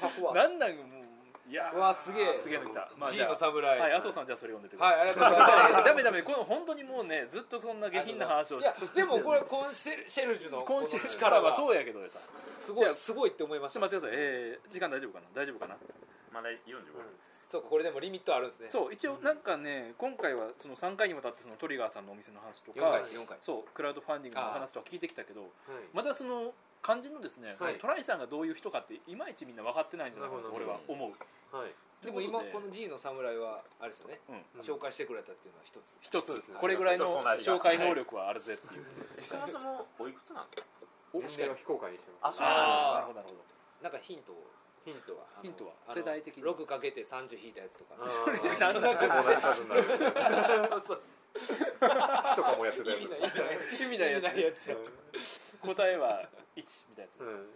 S3: パフワ
S2: なんなんもういやー
S3: うわすげえ
S2: すげえの来たまあ
S3: G
S2: じゃあ
S3: の侍
S2: は
S3: はいい
S2: 麻生さんじゃあそれ読んでてください
S3: ありがとうございます
S2: ダメダメこの本当にもうねずっとそんな下品な話を
S3: い
S2: し
S3: やでもこれコンシェルシェルジュのこ
S2: 今
S3: の
S2: 週
S3: 力
S2: は
S3: は
S2: そうやけどさ
S3: すごいすごいって思いまし
S2: ちょ
S3: た
S2: っと待ってくださいえー時間大丈夫かな大丈夫かな
S1: まだ45分
S3: そうかこれでもリミットあるんですね
S2: そう一応なんかね今回はその3回にわたってそのトリガーさんのお店の話と
S3: 4回
S2: か
S3: です4回
S2: そうクラウドファンディングの話とか聞いてきたけど
S4: はい
S2: まだその肝心のですね、そのトライさんがどういう人かっていまいちみんな分かってないんじゃないかなと
S4: な
S2: 俺
S4: る
S2: は
S4: ほ
S2: 思う
S4: はい
S3: でも今
S2: という
S3: こ
S2: こと
S3: の G の侍はあれですよね
S2: うん
S3: 紹介してくれたっていうのは一つ
S2: 一つ
S4: そうですね
S2: これぐらいの
S1: 人となりが
S2: 紹介能力はあるぜっていう、
S1: そもそもおいくつなんですか
S4: 年齢は非公開にしてます
S1: あ
S2: ああな
S3: ー
S2: るほどなるほど
S3: なんかヒントをヒントは
S2: ヒントは
S3: あの
S2: 世代的に
S3: 6かけて30引いたやつとか
S4: あー
S2: それなんだ
S4: 同じ数になる
S3: そうそう
S4: 人かもやってたやつ
S3: 意味ない意味ない意味ないやつや
S2: 答えは1みたいなや
S4: うんうん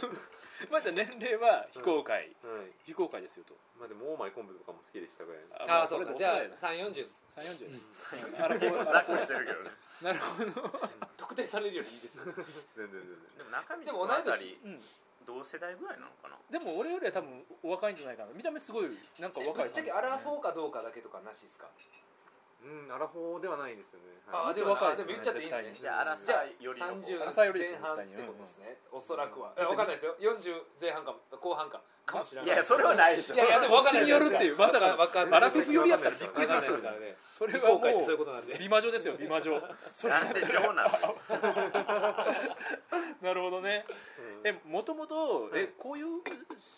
S2: つまあじゃあ年齢は非公開、
S4: はい
S2: 非公開ですよと
S4: まあでもオーマイ昆布とかも好きでしたぐらいの
S3: ああそう
S2: こ
S3: か
S2: れ
S3: じゃ
S2: で
S3: あ340です
S2: お世話やな340あらこ
S1: 結
S2: う
S1: 構ざ
S2: あ
S1: っくりしてるけどね
S2: なるほど、
S3: 特定されるよりい いですよ
S4: 全然全然
S1: でも中身で
S3: でも
S1: も
S3: 同
S1: 同
S3: い年
S1: じ
S2: うん、
S1: 同世代ぐらいなのかな
S2: でも俺よりは多分お若いんじゃないかな見た目すごいなんか
S3: え
S2: 若い感
S3: ぶっち
S2: じ
S3: ゃけアラフォーかどうかだけとかなしですか
S4: うんアラフォーではないですよね
S3: あ
S4: はい
S3: でも
S2: 若い
S3: でも言っちゃっていいですね
S1: じゃあ荒
S3: じゃ
S1: さ
S3: あ
S1: よりの
S3: 30
S1: 方
S2: アラ
S3: 前
S2: サーよりです
S3: 半ってことですねおそらくはえわかんないですよ40前半かも後半かかもしれない
S1: いやそれはないでしょ
S3: いやいやでも分かんない
S2: によるっていうまさか
S3: 分かんな
S2: ア
S3: い
S2: ラフィフ寄りやったらびっくりしま
S3: な
S2: す
S3: いで
S2: よ
S3: すからね
S2: それ
S3: 非
S2: はも
S3: 公
S2: う
S3: 開ってそういうことなんで
S2: 美魔女ですよ美魔女それ
S1: なんで情なの
S2: なるほどね
S4: うん
S2: えもともと
S4: は
S2: え
S4: い
S2: こういう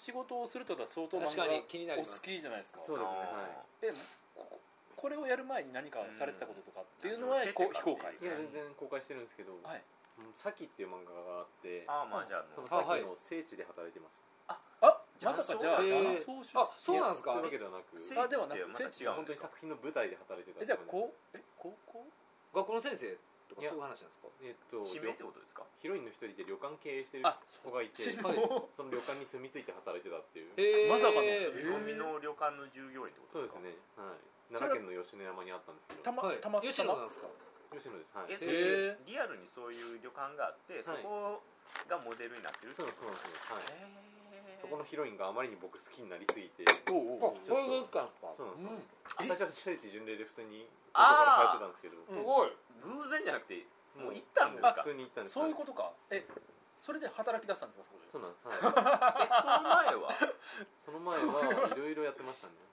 S2: 仕事をするってことは相当漫
S3: 確
S2: 画
S3: か
S2: が
S3: に気になり
S2: お
S3: ま
S2: 好
S3: す
S2: きじゃないですか
S4: そうで
S2: え
S4: すねはい
S2: こここれをやる前に何かされてたこととかっていうのはこう非公開
S4: いや全然公開してるんですけど
S2: はい
S4: 「うんサキ」っていう漫画があって
S1: ああまあじゃあ
S4: その
S3: あ
S4: サ
S3: はい
S4: キの聖地で働いてました
S2: あまさかじゃあ
S3: へー
S2: 雀荘出身
S3: あそうなんです
S4: そうい
S3: か
S4: うわけではなく
S1: 聖地
S2: あではなく
S1: ってまた違うんです
S2: 聖地
S1: か
S4: 本当に作品の舞台で働いてた
S2: えじゃあこうえ高校
S3: 学校の先生とかそういう話なんですか
S4: えっと
S1: 地名ってことですか
S4: ヒロインの一人で旅館経営してる
S2: あ
S4: 子がいて
S3: 知らない
S4: その旅館に住み着いて働いてたっていう
S3: へー
S2: まさかの
S1: 住み込みの旅館の従業員ってこと
S4: そう
S1: で
S4: ですす
S1: か
S4: ねはい奈良県の吉野山にあったんですけど
S2: たま
S3: はい
S2: たま
S3: 吉
S2: た
S3: 野なん
S2: ま
S3: ですか
S4: 吉野ですはい
S1: えそ
S2: へ
S1: れ
S2: え
S1: リアルにそういう旅館があってそこがモデルになってるってこ
S4: そうな
S1: と
S4: んですそうなんですはい
S1: へー
S4: そこのヒロインがあまりに僕好きになりすぎて
S2: おうおうおう
S4: そういう
S3: ことなんですか
S4: そうなんですよ
S3: うん
S4: 最初は聖地巡礼で普通に東
S1: あー
S4: 京から通って
S2: うん
S4: たんですけど
S3: すごい
S1: 偶然じゃなくてもう
S4: もう
S1: 行ったんですか
S4: 普通に行ったんです
S2: そういうこととかえそれで働き出したんですかそこで
S4: そうなんですは
S1: え
S4: い
S1: その前は
S4: その前はいろいろやってましたね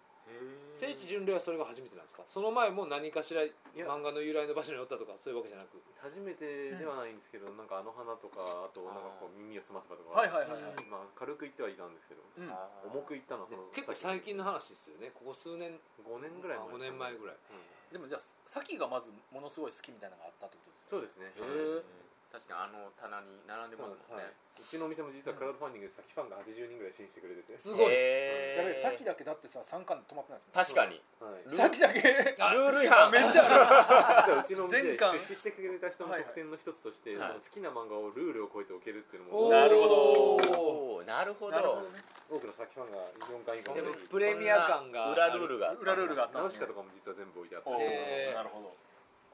S3: 聖地巡礼はそれが初めてなんですかその前も何かしら
S4: いや
S3: 漫画の由来の場所におったとかそういうわけじゃなく
S4: 初めてではないんですけどなんかあの花とかあとなんかこう耳をすませばとか
S2: はいはいはいはい
S4: まあ軽く行ってはいたんですけど
S2: うん
S4: 重く行ったのはその
S3: 結構最近の話ですよねここ数年
S4: 5年ぐらい
S3: あ5年前ぐらい
S4: うん
S2: でもじゃあさきがまずものすごい好きみたいなのがあったってことです
S4: そうで
S1: へ
S4: すね
S1: ー確かにあの棚に並んで
S4: そ
S1: ま
S4: う
S1: す
S4: なんです
S1: もん
S4: はい
S1: ね
S4: うちのお店も実はクラウドファンディングで先ファンが80人ぐらい支援してくれてて
S3: すごい
S1: へー
S2: やべえさきだけだってさ3巻で止まってないで
S1: 確
S2: す
S1: かに
S4: はい
S2: もんさきだけ
S1: ルール違反
S2: めっちゃある
S4: 実はうちのお店
S2: 全
S4: で
S2: 巻
S4: 出資してくれた人の特典の一つとして、
S1: はい
S4: その好きな漫画をルールを超えて置けるっていうの
S3: お
S4: も
S3: ー
S2: なるほど
S1: おおなるほど
S2: なるほどね
S4: 多くの先ファンが4巻以下
S3: でも
S4: ぜひ
S3: プレミア感が
S1: 裏ルールが
S2: 裏ルールがあったん
S4: ナウ
S2: です
S4: シカ
S2: ね
S4: とかも実は全部置いてあって
S2: おー
S3: へー
S2: なるほど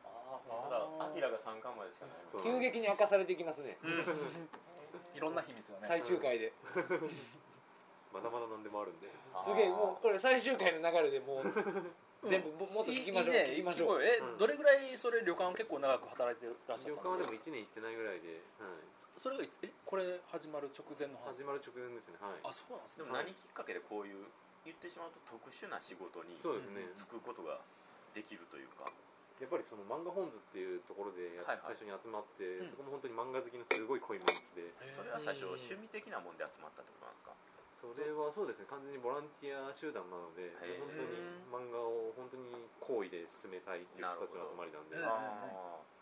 S1: ただアキラが三巻までしかない
S4: そう
S3: 急激に明かされていきますね
S2: いろんな秘密がね
S3: 最終回で
S4: まだまだ何でもあるんで
S3: すげえもうこれ最終回の流れでもう 全部ももっと聞きましょう
S2: いいね
S3: 聞きましょ
S2: 聞こ
S3: う
S2: ええ
S4: うん
S2: どれぐらいそれ旅館結構長く働いてらっしゃ
S4: 旅
S2: った
S4: 館は
S2: んです
S4: でも
S2: か
S4: 1年行ってないぐらいで、はい、
S2: それがいつえこれ始まる直前の話
S4: 始まる直前ですねはい
S2: あそうなんです
S1: で
S2: ね
S1: も何きっかけでこういう言ってしまうと特殊な仕事に
S4: そうですね、
S1: 就くことができるというか
S4: やっぱりその漫画本図っていうところでやっ
S1: はいはい
S4: 最初に集まって、
S2: うん
S4: そこも本当に漫画好きのすごい濃いメンツで、
S1: それは最初趣味的なもんで集まったってことなんですか
S4: それはそうですね完全にボランティア集団なので
S1: へー
S4: 本当に漫画を本当に好意で進めたいっていう人たちの集まりなんで
S2: なるほあ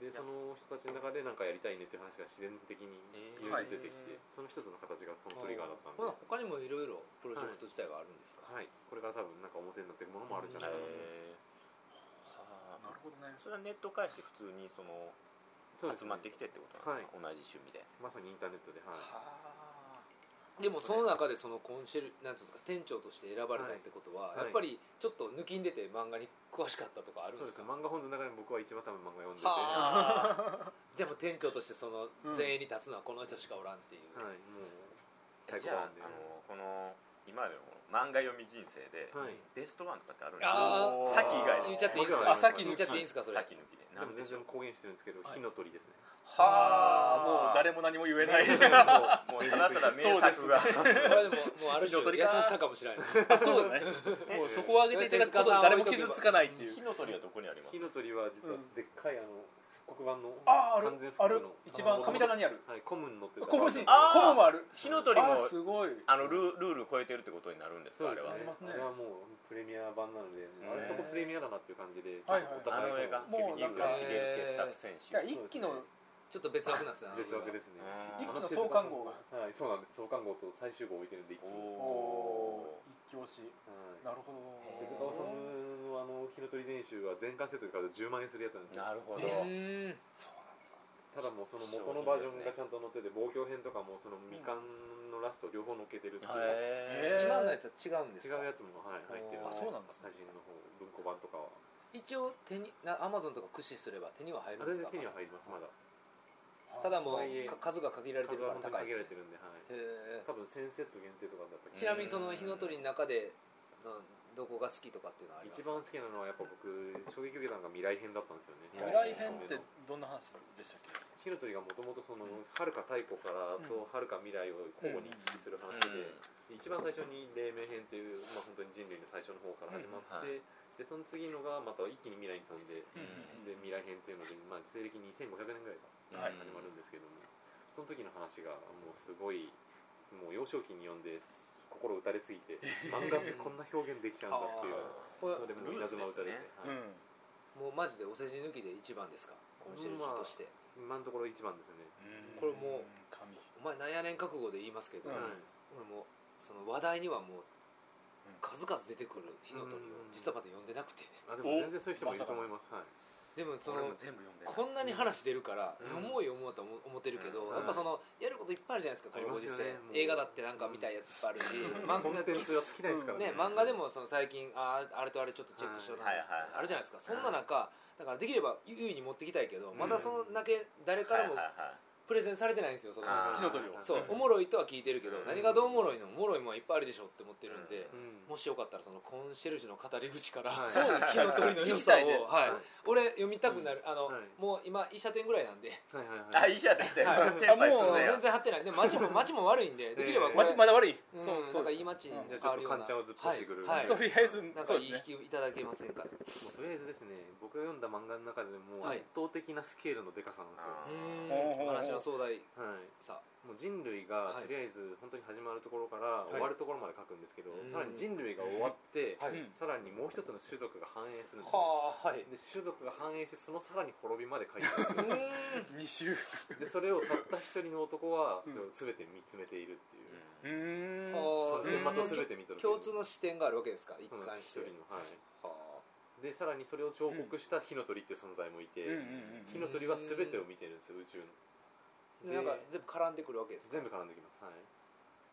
S4: でその人たちの中で何かやりたいねっていう話が自然的にいろいろ出てきて、その一つの形がこのトリガーだったんで、
S3: ほら他にもいろいろプロジェクト自体はあるんですか、
S4: はい、これから多分なんか表になっていくものもあるんじゃないかな、
S1: えはあ
S2: なるほどね
S1: それはネット介して普通にその
S4: そうです
S1: 集
S4: ね
S1: まってきてってことなんですか、同じ趣味で
S4: まさにインターネットで、はい、
S3: でもその中でそのコンシェルなんていうんですか店長として選ばれたってことは、
S4: は
S3: やっ
S4: い
S3: ぱりちょっと抜きんでて漫画に詳しかったとかあるん
S4: そう
S3: で
S4: ですす
S3: か
S4: ね漫画本の中でも僕は一番多分漫画読んでて、は
S3: はあ じゃあもう店長としてその
S2: うん
S3: 前衛に立つのはこの人しかおらんっていう、
S4: い、もう
S1: え
S4: 太
S1: じ
S4: 鼓
S1: ゃあ
S4: 判で
S1: あのこの今までの漫画読み人生で、
S4: はい、
S1: ベストワンとかってあるんですか
S3: あ
S2: おー
S3: あ
S1: さっき以外で
S3: 言っちゃっていいですか
S2: あさっき抜き
S3: 言っちゃっていいですかそれ
S1: さっき抜きで
S4: でも
S1: 何で
S4: 全
S1: しょ
S4: 然
S1: う
S4: 公言してるんですけど、火の鳥ですね
S2: はあもう誰も何も言えない
S1: もうただただ名作が
S3: これでももうある種
S2: 一応
S3: 優
S2: 取
S3: し
S2: りか
S3: さかもしれない
S2: そうだねもうそこを上げていただくことで誰も傷つかないっていう
S1: 火の鳥はどこにあります
S4: 火の鳥は実は
S2: うん
S4: でっかいあの復刻版の
S2: あある
S4: 完全
S2: あ
S4: 復
S2: る
S4: 刻の
S2: 一番
S4: あの
S2: 神棚にある
S4: はい、コムンのっていう
S2: コムン
S4: あ
S1: あー
S2: コムもある
S1: 火の鳥も
S2: あすごい
S1: あのルールールを超えてるってことになるんです
S4: そ
S1: か
S4: う
S1: あ
S4: で
S1: れ
S4: す
S1: は
S2: あれ
S4: ね
S2: は
S4: あれはもうプレミア版なのであ
S1: へー
S4: れそこプレミアだなっていう感じで、
S2: はいはい
S4: ちょっとお
S1: あ
S4: 高い
S1: の映画
S2: もう
S1: 桐
S2: なんか
S1: 生茂傑作選
S2: いや
S1: 手
S2: 一期の
S3: ちょっと別枠なんですよ
S4: 別枠ですね
S2: 一
S1: う
S2: 期
S1: ん
S2: の創刊号が
S4: はいそうなんです創刊号と最終号置いてるんで一気
S1: お
S4: に
S1: お
S2: 一挙し
S4: はい
S2: なるほ
S4: 手塚
S2: ど
S4: 治虫のあの火の鳥全集は全巻セットで買うと10万円するやつなんですよ
S1: なるほど
S3: うーん
S4: ただもうその元のバージョンがちゃんと載ってて望郷編とかもその未完のラスト両方載っけてるっていう、
S1: へ
S2: えー
S3: 今のやつは違うんです
S4: 違
S3: か
S4: うやつも、はい、入ってる
S2: あそうなんですね
S4: 最新の方文庫版とかは
S3: 一応手になアマゾンとか駆使すれば手には入る
S4: あ
S3: んです
S4: 全然
S3: か
S4: 手には入りますまだ
S3: ただも
S4: とはいえ
S3: うか数が限られて
S4: 数
S3: るか
S4: は
S3: ら高い
S4: 本当に
S3: で
S4: 限
S3: す
S4: られ
S3: ね
S4: てるんで、は
S3: へえ
S4: い、多分1000セット限定とかだった
S3: ち
S4: けど
S3: なみにその火の鳥の中でそのどこが好きとかっていうのはあります
S4: 一
S3: か
S4: 番好きなのはやっぱ僕衝撃受けたのが未来編だったんですよね
S2: 未来編ってどんな話でしたっけ
S4: 火の鳥がもともとそのはるか太古からとはるか未来を交互に行き来する話で、一番最初に黎明編っていう、まあ、本当に人類の最初の方から始まっ
S1: う
S4: て、
S1: ん
S4: でその次のがまた一気に未来に飛んで,、
S2: うん
S4: で未来編っていうので、まあ、西暦2500年ぐら
S1: は
S4: いが
S1: い
S4: 始まるんですけども、その時の話がもうすごいもう幼少期に読んで心打たれ すぎて漫画ってこんな表現できちゃうんだっていう
S3: これ
S4: のでもう稲妻打たれて、
S2: うん
S3: もう
S4: はい
S3: マジでお世辞抜きで一番ですかコンシェルジュとして、
S4: 今のところ一番ですね、
S3: これもう
S2: 神
S3: お前何やねん覚悟で言いますけど、
S2: うん
S4: はい
S3: 俺もその話題にはもう数々出てくる火の鳥を
S4: うん
S3: 実はまだ読んでなくて
S4: あでも全然そういう人もいると思います、はい
S3: でもそ
S1: 俺も
S3: の
S1: 全部読んで
S3: こんなに話出るから
S4: うん
S3: 読もう読もうと思思ってるけど、
S4: うん
S3: やっぱそのやることいっぱいあるじゃないですかこのご時世、
S4: ありますよねもう
S3: 映画だってなんか見たいやついっぱいあるし、漫
S4: コ
S3: 画
S4: ン
S3: が
S4: テンツが尽きないですからね,、
S3: ね、漫画でもその最近あーあれとあれちょっとチェックしような、
S1: はいはいはい
S3: あるじゃないですかそんな中、だからできれば優位に持ってきたいけどまだそのだけ誰からもプレゼンされてないんですよその、
S1: あー
S2: 火の鳥を
S3: そうおもろいとは聞いてるけど、
S1: うん
S3: 何がどうおもろいのおもろいもんはいっぱいあるでしょって思ってるんで
S4: う、ん
S3: もしよかったらそのコンシェルジュの語り口から、
S4: はい
S3: その火の鳥の良
S2: 聞きた
S3: さを、
S2: いね
S3: はい
S4: はい
S3: 俺読みたくなる、あの
S4: はい
S3: もう今医者店ぐらいなんで、
S4: はいはいはい
S1: あいいじゃんですね
S2: あもう
S3: もう
S2: そうだよ
S3: 全然張ってないで街 も街も悪いんでできればこれ、
S2: まだ悪い
S3: うん
S2: そうそう
S3: なんか
S2: で
S3: い
S2: す
S3: い街に
S4: じゃあ
S3: 変
S4: ちょ
S3: わ
S4: っ
S3: るよう
S4: とカ
S3: な
S4: ンチャをずっとしてくる、
S3: はい
S2: とりあえず
S3: なんか
S2: そう
S3: いい
S2: ですね
S3: 引きいただけませんかね
S4: もうとりあえずですね僕が読んだ漫画の中でもう
S3: はい
S4: 圧倒的なスケールのでかさなんですよ、
S1: あ
S3: う
S2: ほうほうほ
S3: ーん
S2: う
S3: お話の壮大
S4: はい
S3: さ
S4: もう人類
S3: は
S4: が
S3: い
S4: とりあえず本当に始まるところから
S3: い
S4: 終わるところまで書くんですけど、
S3: うん
S4: さらに人類が終わって、
S3: はい
S2: うん
S4: さらにもう一つの種族が繁栄するんですよ
S3: はあはい
S4: で種族が繁栄してそのさらに滅びまで書いてるんで
S2: 二周
S4: すよでそれをたった一人の男はそれを全て見つめているっていう、
S2: うーん
S3: はあ
S4: そのま全て見とる
S3: 共通の視点があるわけですか一
S4: そうなん
S3: 貫
S4: で
S3: して
S4: す一人のはい
S3: は
S4: でさらにそれを彫刻した火の鳥っていう存在もいて、
S2: うんうんうん
S4: 火の鳥は全てを見てるんですよ宇宙
S3: あ
S4: の
S3: でなんか全部絡んでくるわけですか
S4: 全部絡んできますはい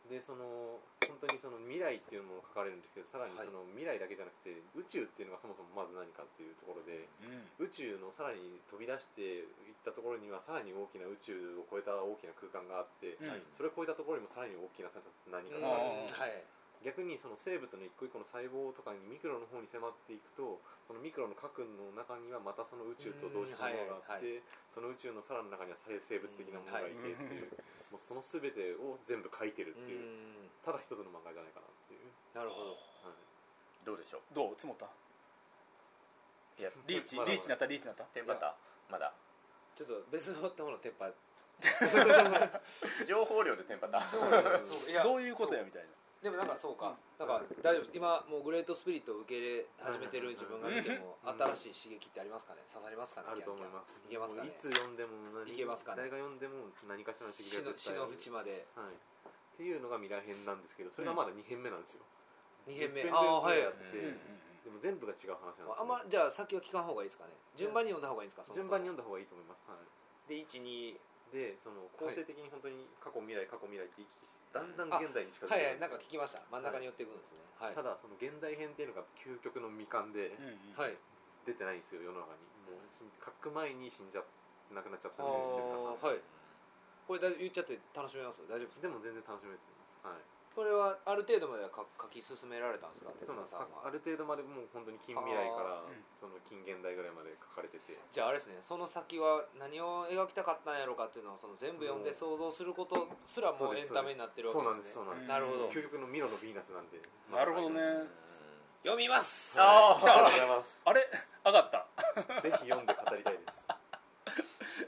S4: でその本当にその未来っていうものが書かれるんですけどさらに
S3: はい
S4: その未来だけじゃなくて宇宙っていうのがそもそもまず何かっていうところで
S2: うん
S4: 宇宙のさらに飛び出していったところにはさらに大きな宇宙を超えた大きな空間があって、
S2: うん
S4: それを超えたところにもさらに大きな何か
S3: うん
S4: がある
S2: うん
S3: はい
S4: 逆にその生物の一個一個の細胞とかにミクロの方に迫っていくとそのミクロの核の中にはまたその宇宙と同質のものがあっ
S3: う
S4: て、その宇宙のさらの中には生物的なものがいてっていう,、もうその全てを全部書いてるっ
S3: う
S4: ていう、
S3: ん
S4: ただ一つの漫画じゃないかなっていう、
S3: なるほど
S4: はい
S1: どうでしょう
S2: どう積もった
S1: いや
S2: リーチリ
S4: まだまだ
S2: ーチになったリーチになった
S1: テンパったまだ
S3: ちょっと別の方の鉄板
S1: 情報量でテンパった
S10: そういや
S2: どういうことやみたい
S10: でもなんかそうか
S3: だから大丈夫です今もうグレートスピリットを受け入れ始めてる自分が見ても新しい刺激ってありますかね刺さりますかね
S4: あると思います
S3: いけますかね
S4: いつ読んでも
S3: い
S4: 何
S3: けますかね
S4: 誰が読んでも何かしらの刺
S3: 死
S4: 激
S3: の
S4: が
S3: 死
S4: 絶対
S3: の淵ま
S4: ある
S3: で
S4: はいっていうのが未来編なんですけどそれがまだ2編目なんですよ
S3: 2編目
S4: 一編
S3: ああはい
S4: やって
S1: うん
S2: な、
S4: でも全部が違う話なんですよ
S3: あんまじゃあ先は聞かん方がいいですかね順番に読んだ方がいいんですかそもそ
S4: 順
S3: も
S4: 番に読んだ方がいいと思いますはい
S3: で12
S4: でその構成的に本当に過去未来過去未来って行き来してだんだん現代に近づいてく
S3: はいはい
S4: る
S3: なんか聞きました真ん中に寄っていくんですねはい
S4: ただその現代編っていうのが究極の未完で
S2: うんうん
S3: はい
S4: 出てないんですよ世の中にもう死ん書く前に死んじゃなくなっちゃったん
S3: はあ
S4: で
S3: はいこれだ言っちゃって楽しめます大丈夫です
S4: 手塚
S3: か
S4: さんでも全然楽しめてますはい
S3: これはある程度までは書書き進められたんですか手
S4: そうなん
S3: 塚
S4: で
S3: さん
S4: すかあ
S3: は
S4: る程度までもう本当に近未来から
S2: あーうん
S4: その近現代ぐらいまで書かれてて
S3: じゃああれですねその先は何を描きたかったんやろうかっていうのをその全部読んで
S4: うん
S3: 想像することすらも
S4: そう
S3: う
S4: で
S3: エン
S4: す
S3: タメになってるわ
S4: そうな
S3: け
S4: ん
S3: で
S4: ですす
S3: ね
S4: そうなんです
S3: なるほど
S4: 究極のミロのヴィーナスなんで
S2: なるほどね
S3: 読みます
S1: あ
S2: じゃああれ
S4: ありがとうございます
S2: あれ上がった
S4: ぜひ読んで語りたいです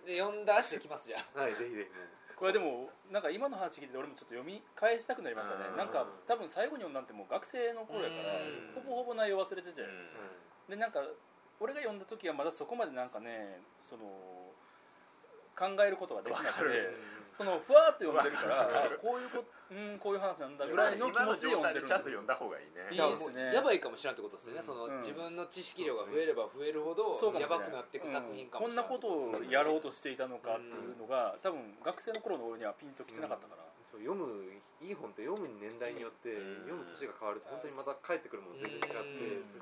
S3: で読んだ足で来ますじゃあ
S4: はいぜひぜひ
S2: これでもなんか今の話聞いて俺もちょっと読み返したくなりました
S1: う
S2: ね
S1: ん
S2: なんか多分最後に読んだんてもう学生の頃やから
S1: うん
S2: ほぼほぼ内容忘れてて、
S1: うん
S2: でなんか俺が読んだ時はまだそこまでなんかねその考えることができなくてそのふわーっと読んでるか
S1: わ
S2: ら
S1: かる
S2: あこういうこ,、うん、こういう話なんだぐらいの気持ちで読んでる
S1: 今の状態ちゃんと読んだ方がいいね
S2: いいで
S3: だから
S2: す
S3: もう
S2: ね
S3: やばいかもしれんってことですよね、
S4: うん
S3: そ
S2: う
S3: の、
S2: ん
S3: 自分の知識量が増えれば増えるほど
S2: そうかもし
S3: や
S2: れな
S3: ば
S2: い
S3: くなっていく作品かもしれな
S2: うん
S3: い、
S2: こんなことをやろうとしていたのかっていうのが多分学生の頃の俺にはピンときてなかったから、
S4: そう読むいい本って読む年代によって
S1: うん
S4: 読む年が変わると本当にまた帰ってくるもの全然違っ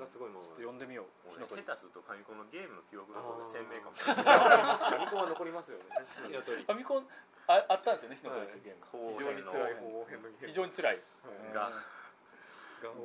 S3: うん
S4: てそれがすごいも
S2: ち
S4: の
S2: ょっと読んでみよう火
S1: 俺
S2: の
S1: 下
S2: 鳥
S1: 手するとファミコンのゲームの記憶の方が鮮明かも
S4: 読み込は残りますよね
S3: 火の鳥
S2: ファミコンああったんですよね火の鳥っていうゲーム、
S4: 非常に辛い
S1: 方
S4: 方法編のゲーム
S2: 非常に辛い、
S4: は
S2: うん
S1: が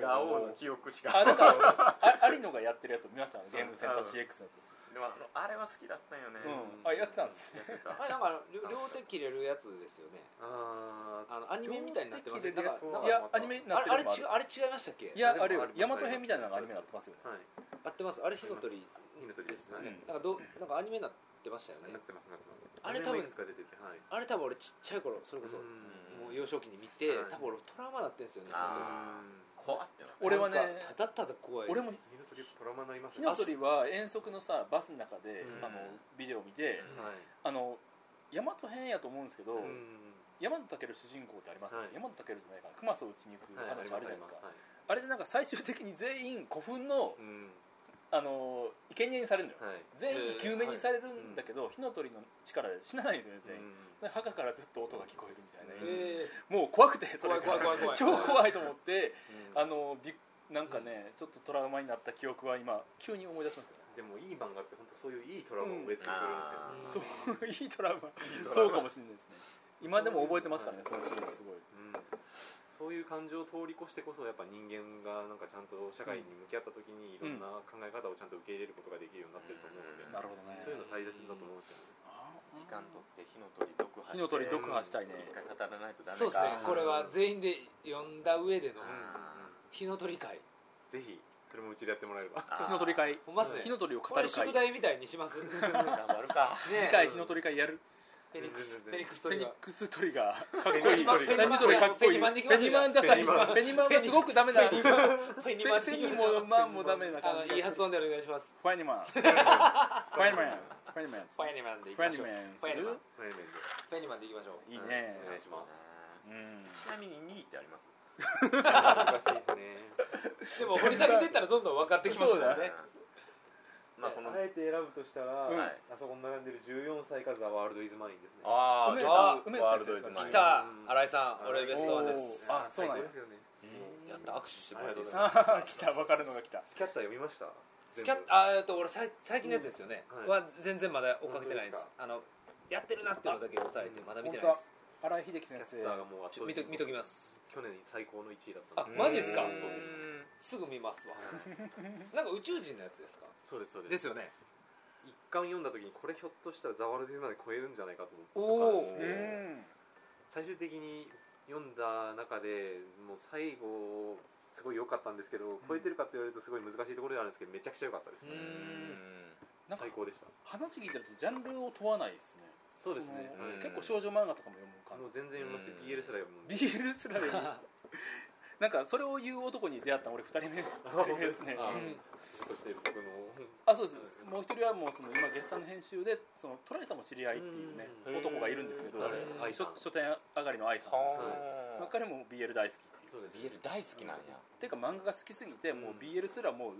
S1: ガオーの記憶しか
S2: あなんかあ有野がやってるやつ見ましたあのゲームセンター CX のやつ、
S1: でもあのあれは好きだったよね
S2: うん、あやってたんですね
S1: やってた
S3: あれなんか両両手切れるやつですよね
S4: あ
S3: あのアニメみたいになってますね
S2: 両
S3: な
S2: 手
S3: ん
S2: 切
S3: か
S4: れるやつは
S3: なん
S2: い
S3: か
S2: やアニメにな
S3: あ
S2: って
S3: れあ
S2: る
S3: れ
S2: のもあ
S3: 違
S2: る
S3: うあれ違いましたっけ
S2: いやあれ
S4: で
S2: よ
S4: もあれ
S2: 大和編みたいなのがアニメになってますよね
S4: あはい
S3: 合ってますあれ火の鳥
S4: 火の鳥ですね
S2: うん
S3: なんかどうなんかアニメになってましたよ
S4: な
S3: ね
S4: ってますなってます
S3: あれ多分
S4: いくつか出ててはい
S3: あれ多分俺ちっちゃい頃それこそ、
S4: うん
S3: もう幼少期に見て、
S4: はい
S3: 多分俺トラウマになってんですよね
S1: あ怖ってな
S3: 火の
S2: 俺
S3: 鳥
S2: はね
S3: なんかただただ怖い
S2: 俺も
S4: 火の鳥トラウマになります
S2: 火
S4: ね
S2: の鳥は遠足のさバスの中で、
S4: うん
S2: あのビデオ見て、
S1: うん
S4: はい
S2: あの大和編やと思うんですけど、
S4: うん
S2: 大和健主人公ってありますよね、
S4: は
S2: 大
S4: い
S2: 和健じゃないかな熊須を打ちに行く
S4: はい
S2: 話あるじゃないですか、
S4: はい
S2: あれでなんか最終的に全員古墳の
S4: うん
S2: あの生贄にされるのよ、
S4: はい
S2: 全員救命にされるんだけど、火の鳥の力で死なないんですよね全員、で墓からずっと音が聞こえるみたいな、
S3: え
S2: もう怖くてそれ
S3: 怖い
S2: が
S3: 怖い怖い
S2: 超怖い
S3: 怖い
S2: と思って
S4: うん
S2: あのびなんかね、ちょっとトラウマになった記憶は今急に思い出しましたね
S4: でもいい漫画って本当そういういいトラウマを植え付けてくれるんですよね
S1: うん
S2: そう いいトラウマ
S4: トラウマ
S2: そうかもしれないですね今でも覚えてますからねそのシーンはすごい
S4: うんそういう感情を通り越してこそやっぱ人間がなんかちゃんと社会に向き合った時にいろんな考え方をちゃんと受け入れることができるようになってると思うので、
S1: うん
S2: なるほどね
S4: そういうの大切だと思うんですよね、
S1: 時間取って火の鳥毒破して
S2: 火の鳥読破したいね
S1: 一回語らないとダメか
S3: そうですねこれは全員で読んだ上での
S1: うん
S3: 火の鳥会
S4: ぜひそれもうちでやってもらえれば
S1: あー
S2: 火の鳥会
S3: ほんまっすね
S2: 火の鳥を語
S3: これ
S2: る会
S3: 宿題みたいにし ます フ
S1: 頑張るか
S2: 次回火の鳥会やる
S3: ェニックス
S4: 全然全
S3: フ
S4: 然
S3: ェニックス
S2: フ
S3: 鳥
S2: ェニ
S3: が
S2: ックス鳥がかっこいい
S3: フェニフェニ
S2: 何それかっこいい
S3: フェニ
S2: フ
S3: マンできま
S2: ェ
S3: し
S2: ニ
S3: た
S2: マンダサい
S4: フェニ
S2: フ
S4: マン
S2: ェニマンはすごくダメなフ
S3: フェニマン
S2: ェニもマンもダメな
S3: あ
S2: 感
S3: の
S2: じ
S3: いい発音でお願いします
S2: ファニマンファニマンファニマン
S3: フェニマンでいき
S2: ファ
S3: ま
S2: ニ
S3: しょ
S2: マ
S3: う
S2: ン
S3: ファニマン
S4: ラーメンで
S3: フェニマンでいきましょう
S2: いいね
S4: お願いします
S2: うん
S1: ちなみに2位ってあります
S4: 難しいですね
S3: でも掘り下げてったらどんどん分かってきますから
S1: ね
S3: ね
S1: まあこの
S4: あえて選ぶとしたら、
S1: うん
S4: あそこに並んでる14歳からザ・ワールド・イズ・マインですね
S1: あー
S2: 梅さん
S1: あ
S2: 梅
S1: ワー
S2: さん
S1: ルドイズマイン
S3: 来た新井さん俺ベストワンで
S2: おー
S3: す
S2: あそうなんや
S4: 最高ですよね
S3: やった握手してもらえていいですか
S2: あー 来た分かるのが来た
S4: スキャッター読みました
S3: スキャッあーえっと俺さい最近のやつですよね、
S4: うんはい
S3: は全然まだ追っかけてないです
S4: 本当で
S3: あのやってるなっていうのだけ押さえてまだ見てないです
S2: 荒井秀樹先
S4: 全部スキャッター
S2: 生
S4: がもう圧
S3: ちょ
S4: 倒
S3: 見
S4: 的
S3: と
S4: に
S3: 見ときます
S4: 去年最高の1位だったんで
S3: あマジっすか
S1: うん
S3: すぐ見ま すわなんか宇宙人のやつですか
S4: そうですそうです
S3: ですよね
S4: 一巻読んだ時にこれひょっとしたらザワールドイズまで超えるんじゃないかと
S3: お
S4: 思
S3: ー
S2: う
S4: って感じで
S2: ん
S4: 最終的に読んだ中でもう最後すごい良かったんですけど超えてるかって言われるとすごい難しいところではあるんですけどめちゃくちゃ良かったです
S3: うーん
S2: なんか
S4: 最高でした
S2: 話聞いてるとジャンルを問わないですね
S4: そうですね
S2: その
S4: うん
S2: 結構少女漫画とかも読む感
S4: もう全然読みますし BL すら読むん
S2: じ
S4: で
S2: BL すら 読むなんかそれを言う男に出会ったの俺2人 目二人目ですね
S4: あ
S2: うん
S4: そして僕の
S2: あそうですもう一人はもうその今月産の編集でそのトライさんも知り合いっていうね
S1: うん
S2: 男がいるんですけど
S4: はい愛さ
S2: 書
S4: ん
S2: 書店上がりの愛さん
S1: は
S2: 彼も BL 大好きっていう
S4: そうです
S1: BL 大好きなんや
S2: っていうか漫画が好きすぎてもう BL すらもう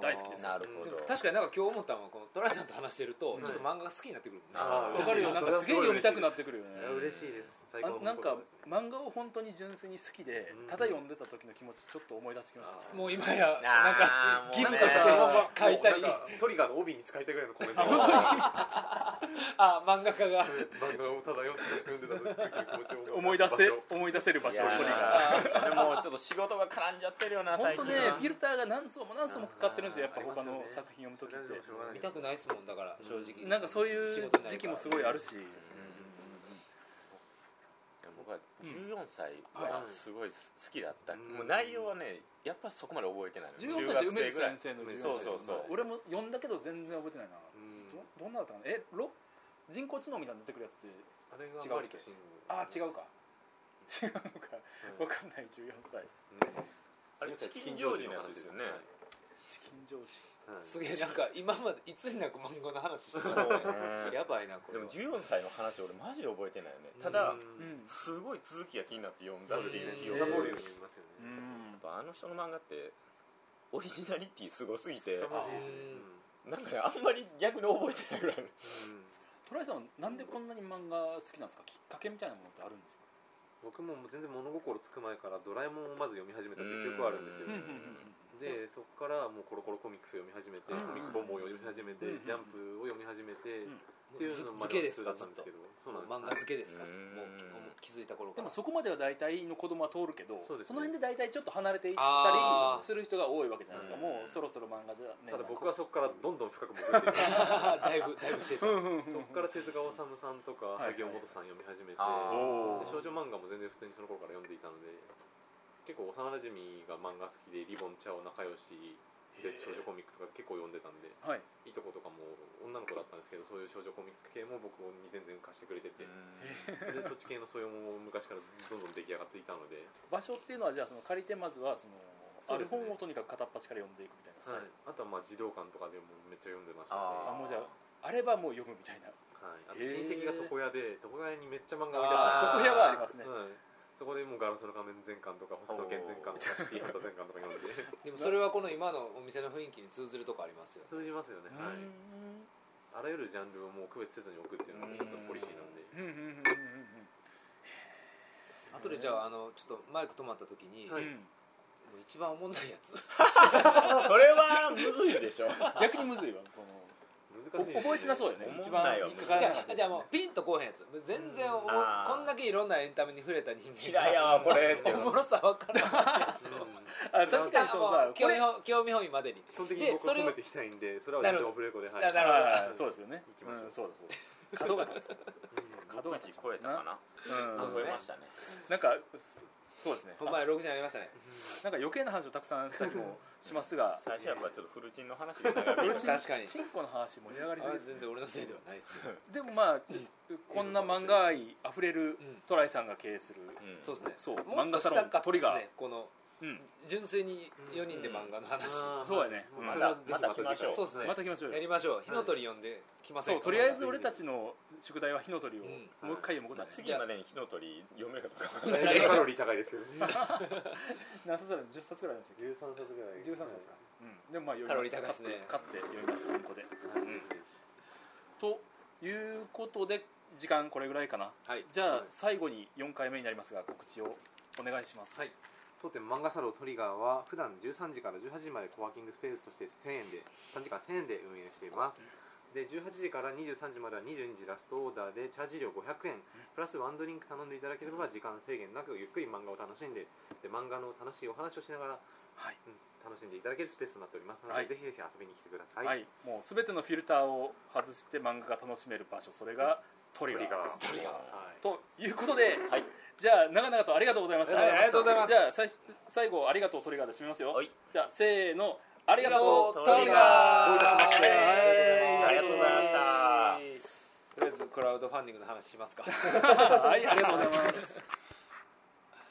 S2: 大好きですよ
S1: なるほど
S6: 確かになんか今日思ったのはこのトライさんと話してると、ちょっと漫画が好きになってくるもんな
S4: あー
S2: わかるよなんかすげえ読みたくなってくるよ
S4: いや
S2: ね
S4: 嬉しいです最高
S2: あ
S4: の
S2: なんか
S4: 言葉ですね
S2: 漫画を本当に純粋に好きで
S4: うん
S2: ただ読んでた時の気持ちちょっと思い出してきました
S6: もう今や
S1: な
S6: なんん
S1: か
S6: か
S1: ギ
S6: ギ
S1: ブ
S6: ブ
S1: と
S6: と
S1: し
S6: してて
S4: 書
S6: 書
S4: い
S6: い
S4: た
S6: た
S4: り
S6: り
S4: トリガーの帯に使いたいぐらいのコメントが
S6: あ漫画家が
S4: 漫画をただ読んで読んでた時の気持ちを
S2: 思い出せ
S4: 場所
S2: 思い出せる場所
S1: いやー
S2: トリガー
S1: でもちょっと仕事が絡んじゃってるよな
S2: 本
S1: 最
S2: 当
S1: 近
S2: ね
S1: は
S2: フィルターが何層も何層もかかってるんですよやっぱ他の
S4: あー
S2: 作品読む時
S4: それはでもし
S2: っ
S4: ょうがない
S6: 見たくないですもんだから正直
S2: てなんかそういう
S6: 仕事にな
S2: 時
S6: る
S2: 期
S6: から
S2: もすごいあるし
S1: いや僕は14歳はすごい好きだった、
S4: ん
S1: もう内容はねやっぱそこまで覚えてないの
S2: 14歳って梅津先生の14歳
S1: そうそうそう
S2: 俺も読んだけど全然覚えてないな
S4: うん
S2: どどんなだったかなえロ人工知能みたいに出てくるやつって
S4: あれが
S2: 違う
S4: マリカシン
S2: ああ違うか 違うのか分
S4: うん
S2: かんない14歳
S1: あれチキンジョージのやつですよね
S2: チキン上司
S6: すげえなんか今までいつになく漫画の話してますね
S1: うん
S6: やばいなこ
S1: で
S6: れ
S1: も
S6: は
S1: 14歳の話俺マジで覚えてないよねただ
S2: うん
S1: すごい続きが気になって読んだっていう記
S4: サ
S1: 憶
S4: ボ
S1: やっ
S4: るように言いますよね
S1: ぱあの人の漫画ってオリジナリティすごすぎて
S4: 凄まじいですね
S1: なんかねあんまり逆に覚えてないぐらいの
S4: うんうん
S2: トライさんはなんでこんなに漫画好きなんですかきっかけみたいなものってあるんですか
S4: 僕も全然物心つく前から「ドラえもん」をまず読み始めたっていう曲はあるんですよ
S1: うん
S4: でそこからもうコロコロコミックスを読み始めて、
S2: うん
S4: コミックボンボンを読み始めて、
S2: うん
S4: ジャンプを読み始めて、
S2: うん
S4: っていうの
S6: ず
S4: ま
S6: 漬け
S4: では
S6: で
S4: 普
S6: す
S4: 通だ
S6: か
S4: っ
S6: ず
S4: た
S6: っ
S4: んで
S6: と
S4: すけどそうなんです
S6: 漫画漬けですか
S1: う
S6: もうん気づいた頃
S2: で
S6: から
S2: もそこまでは大体の子供は通るけど
S4: そうですね
S2: の辺で大体ちょっと離れていった
S6: あー
S2: りする人が多いわけじゃないですか
S1: うん
S2: もうそろそろ漫画じゃね
S4: ただ僕はそこからどんどん深く潜っていって
S6: だいぶだいぶしてた
S4: そこから手塚治虫さんとか
S2: はいはい
S4: 萩尾元さん読み始めて、
S1: あー
S4: で少女漫画も全然普通にその頃から読んでいたので結構幼馴染が漫画好きでリボンちゃお仲良しで少女コミックとか結構読んでたんで
S2: はい
S4: いとことかも女の子だったんですけどそういう少女コミック系も僕に全然貸してくれてて、それでそっち系のそういうものも昔からどんどん出来上がっていたので、
S2: 場所っていうのはじゃあその借りてまずはその
S4: そ
S2: あ
S4: うで
S2: る
S4: すね
S2: 本をとにかく片っ端から読んでいくみたいなスタイル、
S4: あとはまあ児童館とかでもめっちゃ読んでましたし
S2: あ
S1: あ
S2: もうじゃああればもう読むみたいな
S4: はい、あと
S2: へー
S4: 親戚が床屋で床屋にめっちゃ漫画
S1: あー
S4: 置いてあったん
S2: 特
S4: です
S2: 部屋はありますね
S4: よはい、そこでもう「ガラスの仮面全巻」とか「北斗拳全巻」とか「シティハンター全巻」とか読んで
S6: でもそれはこの今のお店の雰囲気に通ずるとこありますよ
S4: 通じますよね、はい、あらゆるジャンルをもう区別せずに置くっていうのが一つのポリシーなんで
S2: うんうんうんうんうん
S6: 後でじゃああのちょっとマイク止まった時に、
S4: はい
S2: うん
S6: もう一番おもんないや つ
S1: それはむず いでしょ
S2: 逆にむずいわ その
S4: 難しいです、ね、
S2: 覚えてなそうよね
S1: 思んない
S2: 一番
S1: よ
S2: 引っか
S6: じ
S2: からな
S6: ゃ
S2: い
S6: あじゃあもうピンとこうへんやつ全然おも
S1: あー
S6: こんだけいろんなエンタメに触れた人間が
S1: 嫌いやわこれって
S6: おもろさ分からん
S4: うん
S2: あ確かにそのさ
S6: もう
S2: こ
S6: 興
S2: れ
S6: 味本興味本位までに
S4: 基本的に僕
S6: そ
S4: は
S6: れを
S4: 褒めていきたいんでそれは全然オフレコでは
S6: な
S4: い
S6: るほど
S2: あーそうですよね
S4: 行きましょう
S2: うんそうだそうだ角が立つ角
S1: 角
S2: が
S1: 道
S2: 立つ
S1: 超えたかな
S2: うん
S6: そう
S1: 覚えましたね
S2: なんかすそうですね
S6: ほんまや6時になりましたね
S2: なんか余計な話をたくさんしたりもしますが
S1: 最初やっぱちょっとフルチンの話が長引い て
S6: 確か に
S2: チンコの話盛り上がりす
S6: あ
S2: ぎ
S6: れ
S2: です
S6: 全然俺のせいではないですよ、
S2: でもまあこんな漫画愛あふれ
S6: う
S2: る
S6: ん
S2: トライさんが経営する
S1: うん
S6: そうですね
S2: そう
S6: も
S2: 漫
S6: っ
S2: 画
S6: と
S2: サ
S6: し
S2: ロ
S6: た
S2: ン
S6: かった
S2: トリ
S6: です
S2: ガー
S6: ねこの
S2: うん
S6: 純粋に4人で漫画の話、
S2: そうやね
S4: うん
S1: ま
S4: それは
S1: だ
S4: ぜひ
S1: また来ましょう
S6: そうですね
S2: また来ましょうよ
S6: やりましょう火の鳥呼んできませ
S2: そ
S6: ん
S2: う
S6: か
S2: とりあえず俺たちの宿題は火の鳥を
S6: う
S2: も
S6: ん
S2: う一回読むこと
S1: まあ
S2: だね
S1: 次までに火の鳥読めるかどうかわかんない
S4: だ いぶカロリー高いですけどね
S2: 何冊だろう10冊ぐらいでしたっ
S4: 13冊ぐら
S2: け
S4: い
S2: 13冊かうんでもまあ
S6: カロ
S2: 読
S6: リ
S2: み
S6: ー高い
S2: ま
S6: ですすね
S2: 勝って読みますうんこで
S4: はい
S2: うんということで時間これぐらいかな
S6: はい
S2: じゃ
S4: は
S2: あ
S4: い
S2: 最後に4回目になりますが告知をお願いします
S4: はい当店漫画サロントリガーは普段13時から18時までコワーキングスペースとして1000円で3時間1000円で運営していますで18時から23時までは22時ラストオーダーでチャージ料500円プラスワンドリンク頼んでいただければ時間制限なくゆっくり漫画を楽しんでで漫画の楽しいお話をしながら、
S2: はい
S4: うん楽しんでいただけるスペースとなっておりますの
S2: は
S4: で、
S2: い
S4: ぜひぜひ遊びに来てください、
S2: はいもうすべてのフィルターを外して漫画が楽しめる場所それがトリ
S4: ト
S2: ガ
S4: リ
S2: ー
S4: ガー
S1: は
S2: ということで
S1: はい
S2: じゃあ長々とありがとうございました
S6: はいありがとうございます
S2: じゃあ最最後ありがとうトリガーで締めますよ
S1: はい
S2: じゃあせーのありがとう
S1: ありがと
S6: どういたしまして
S1: うトリガーイエーイ
S11: クラウドファンディングの話しますか
S3: はいありがとうございます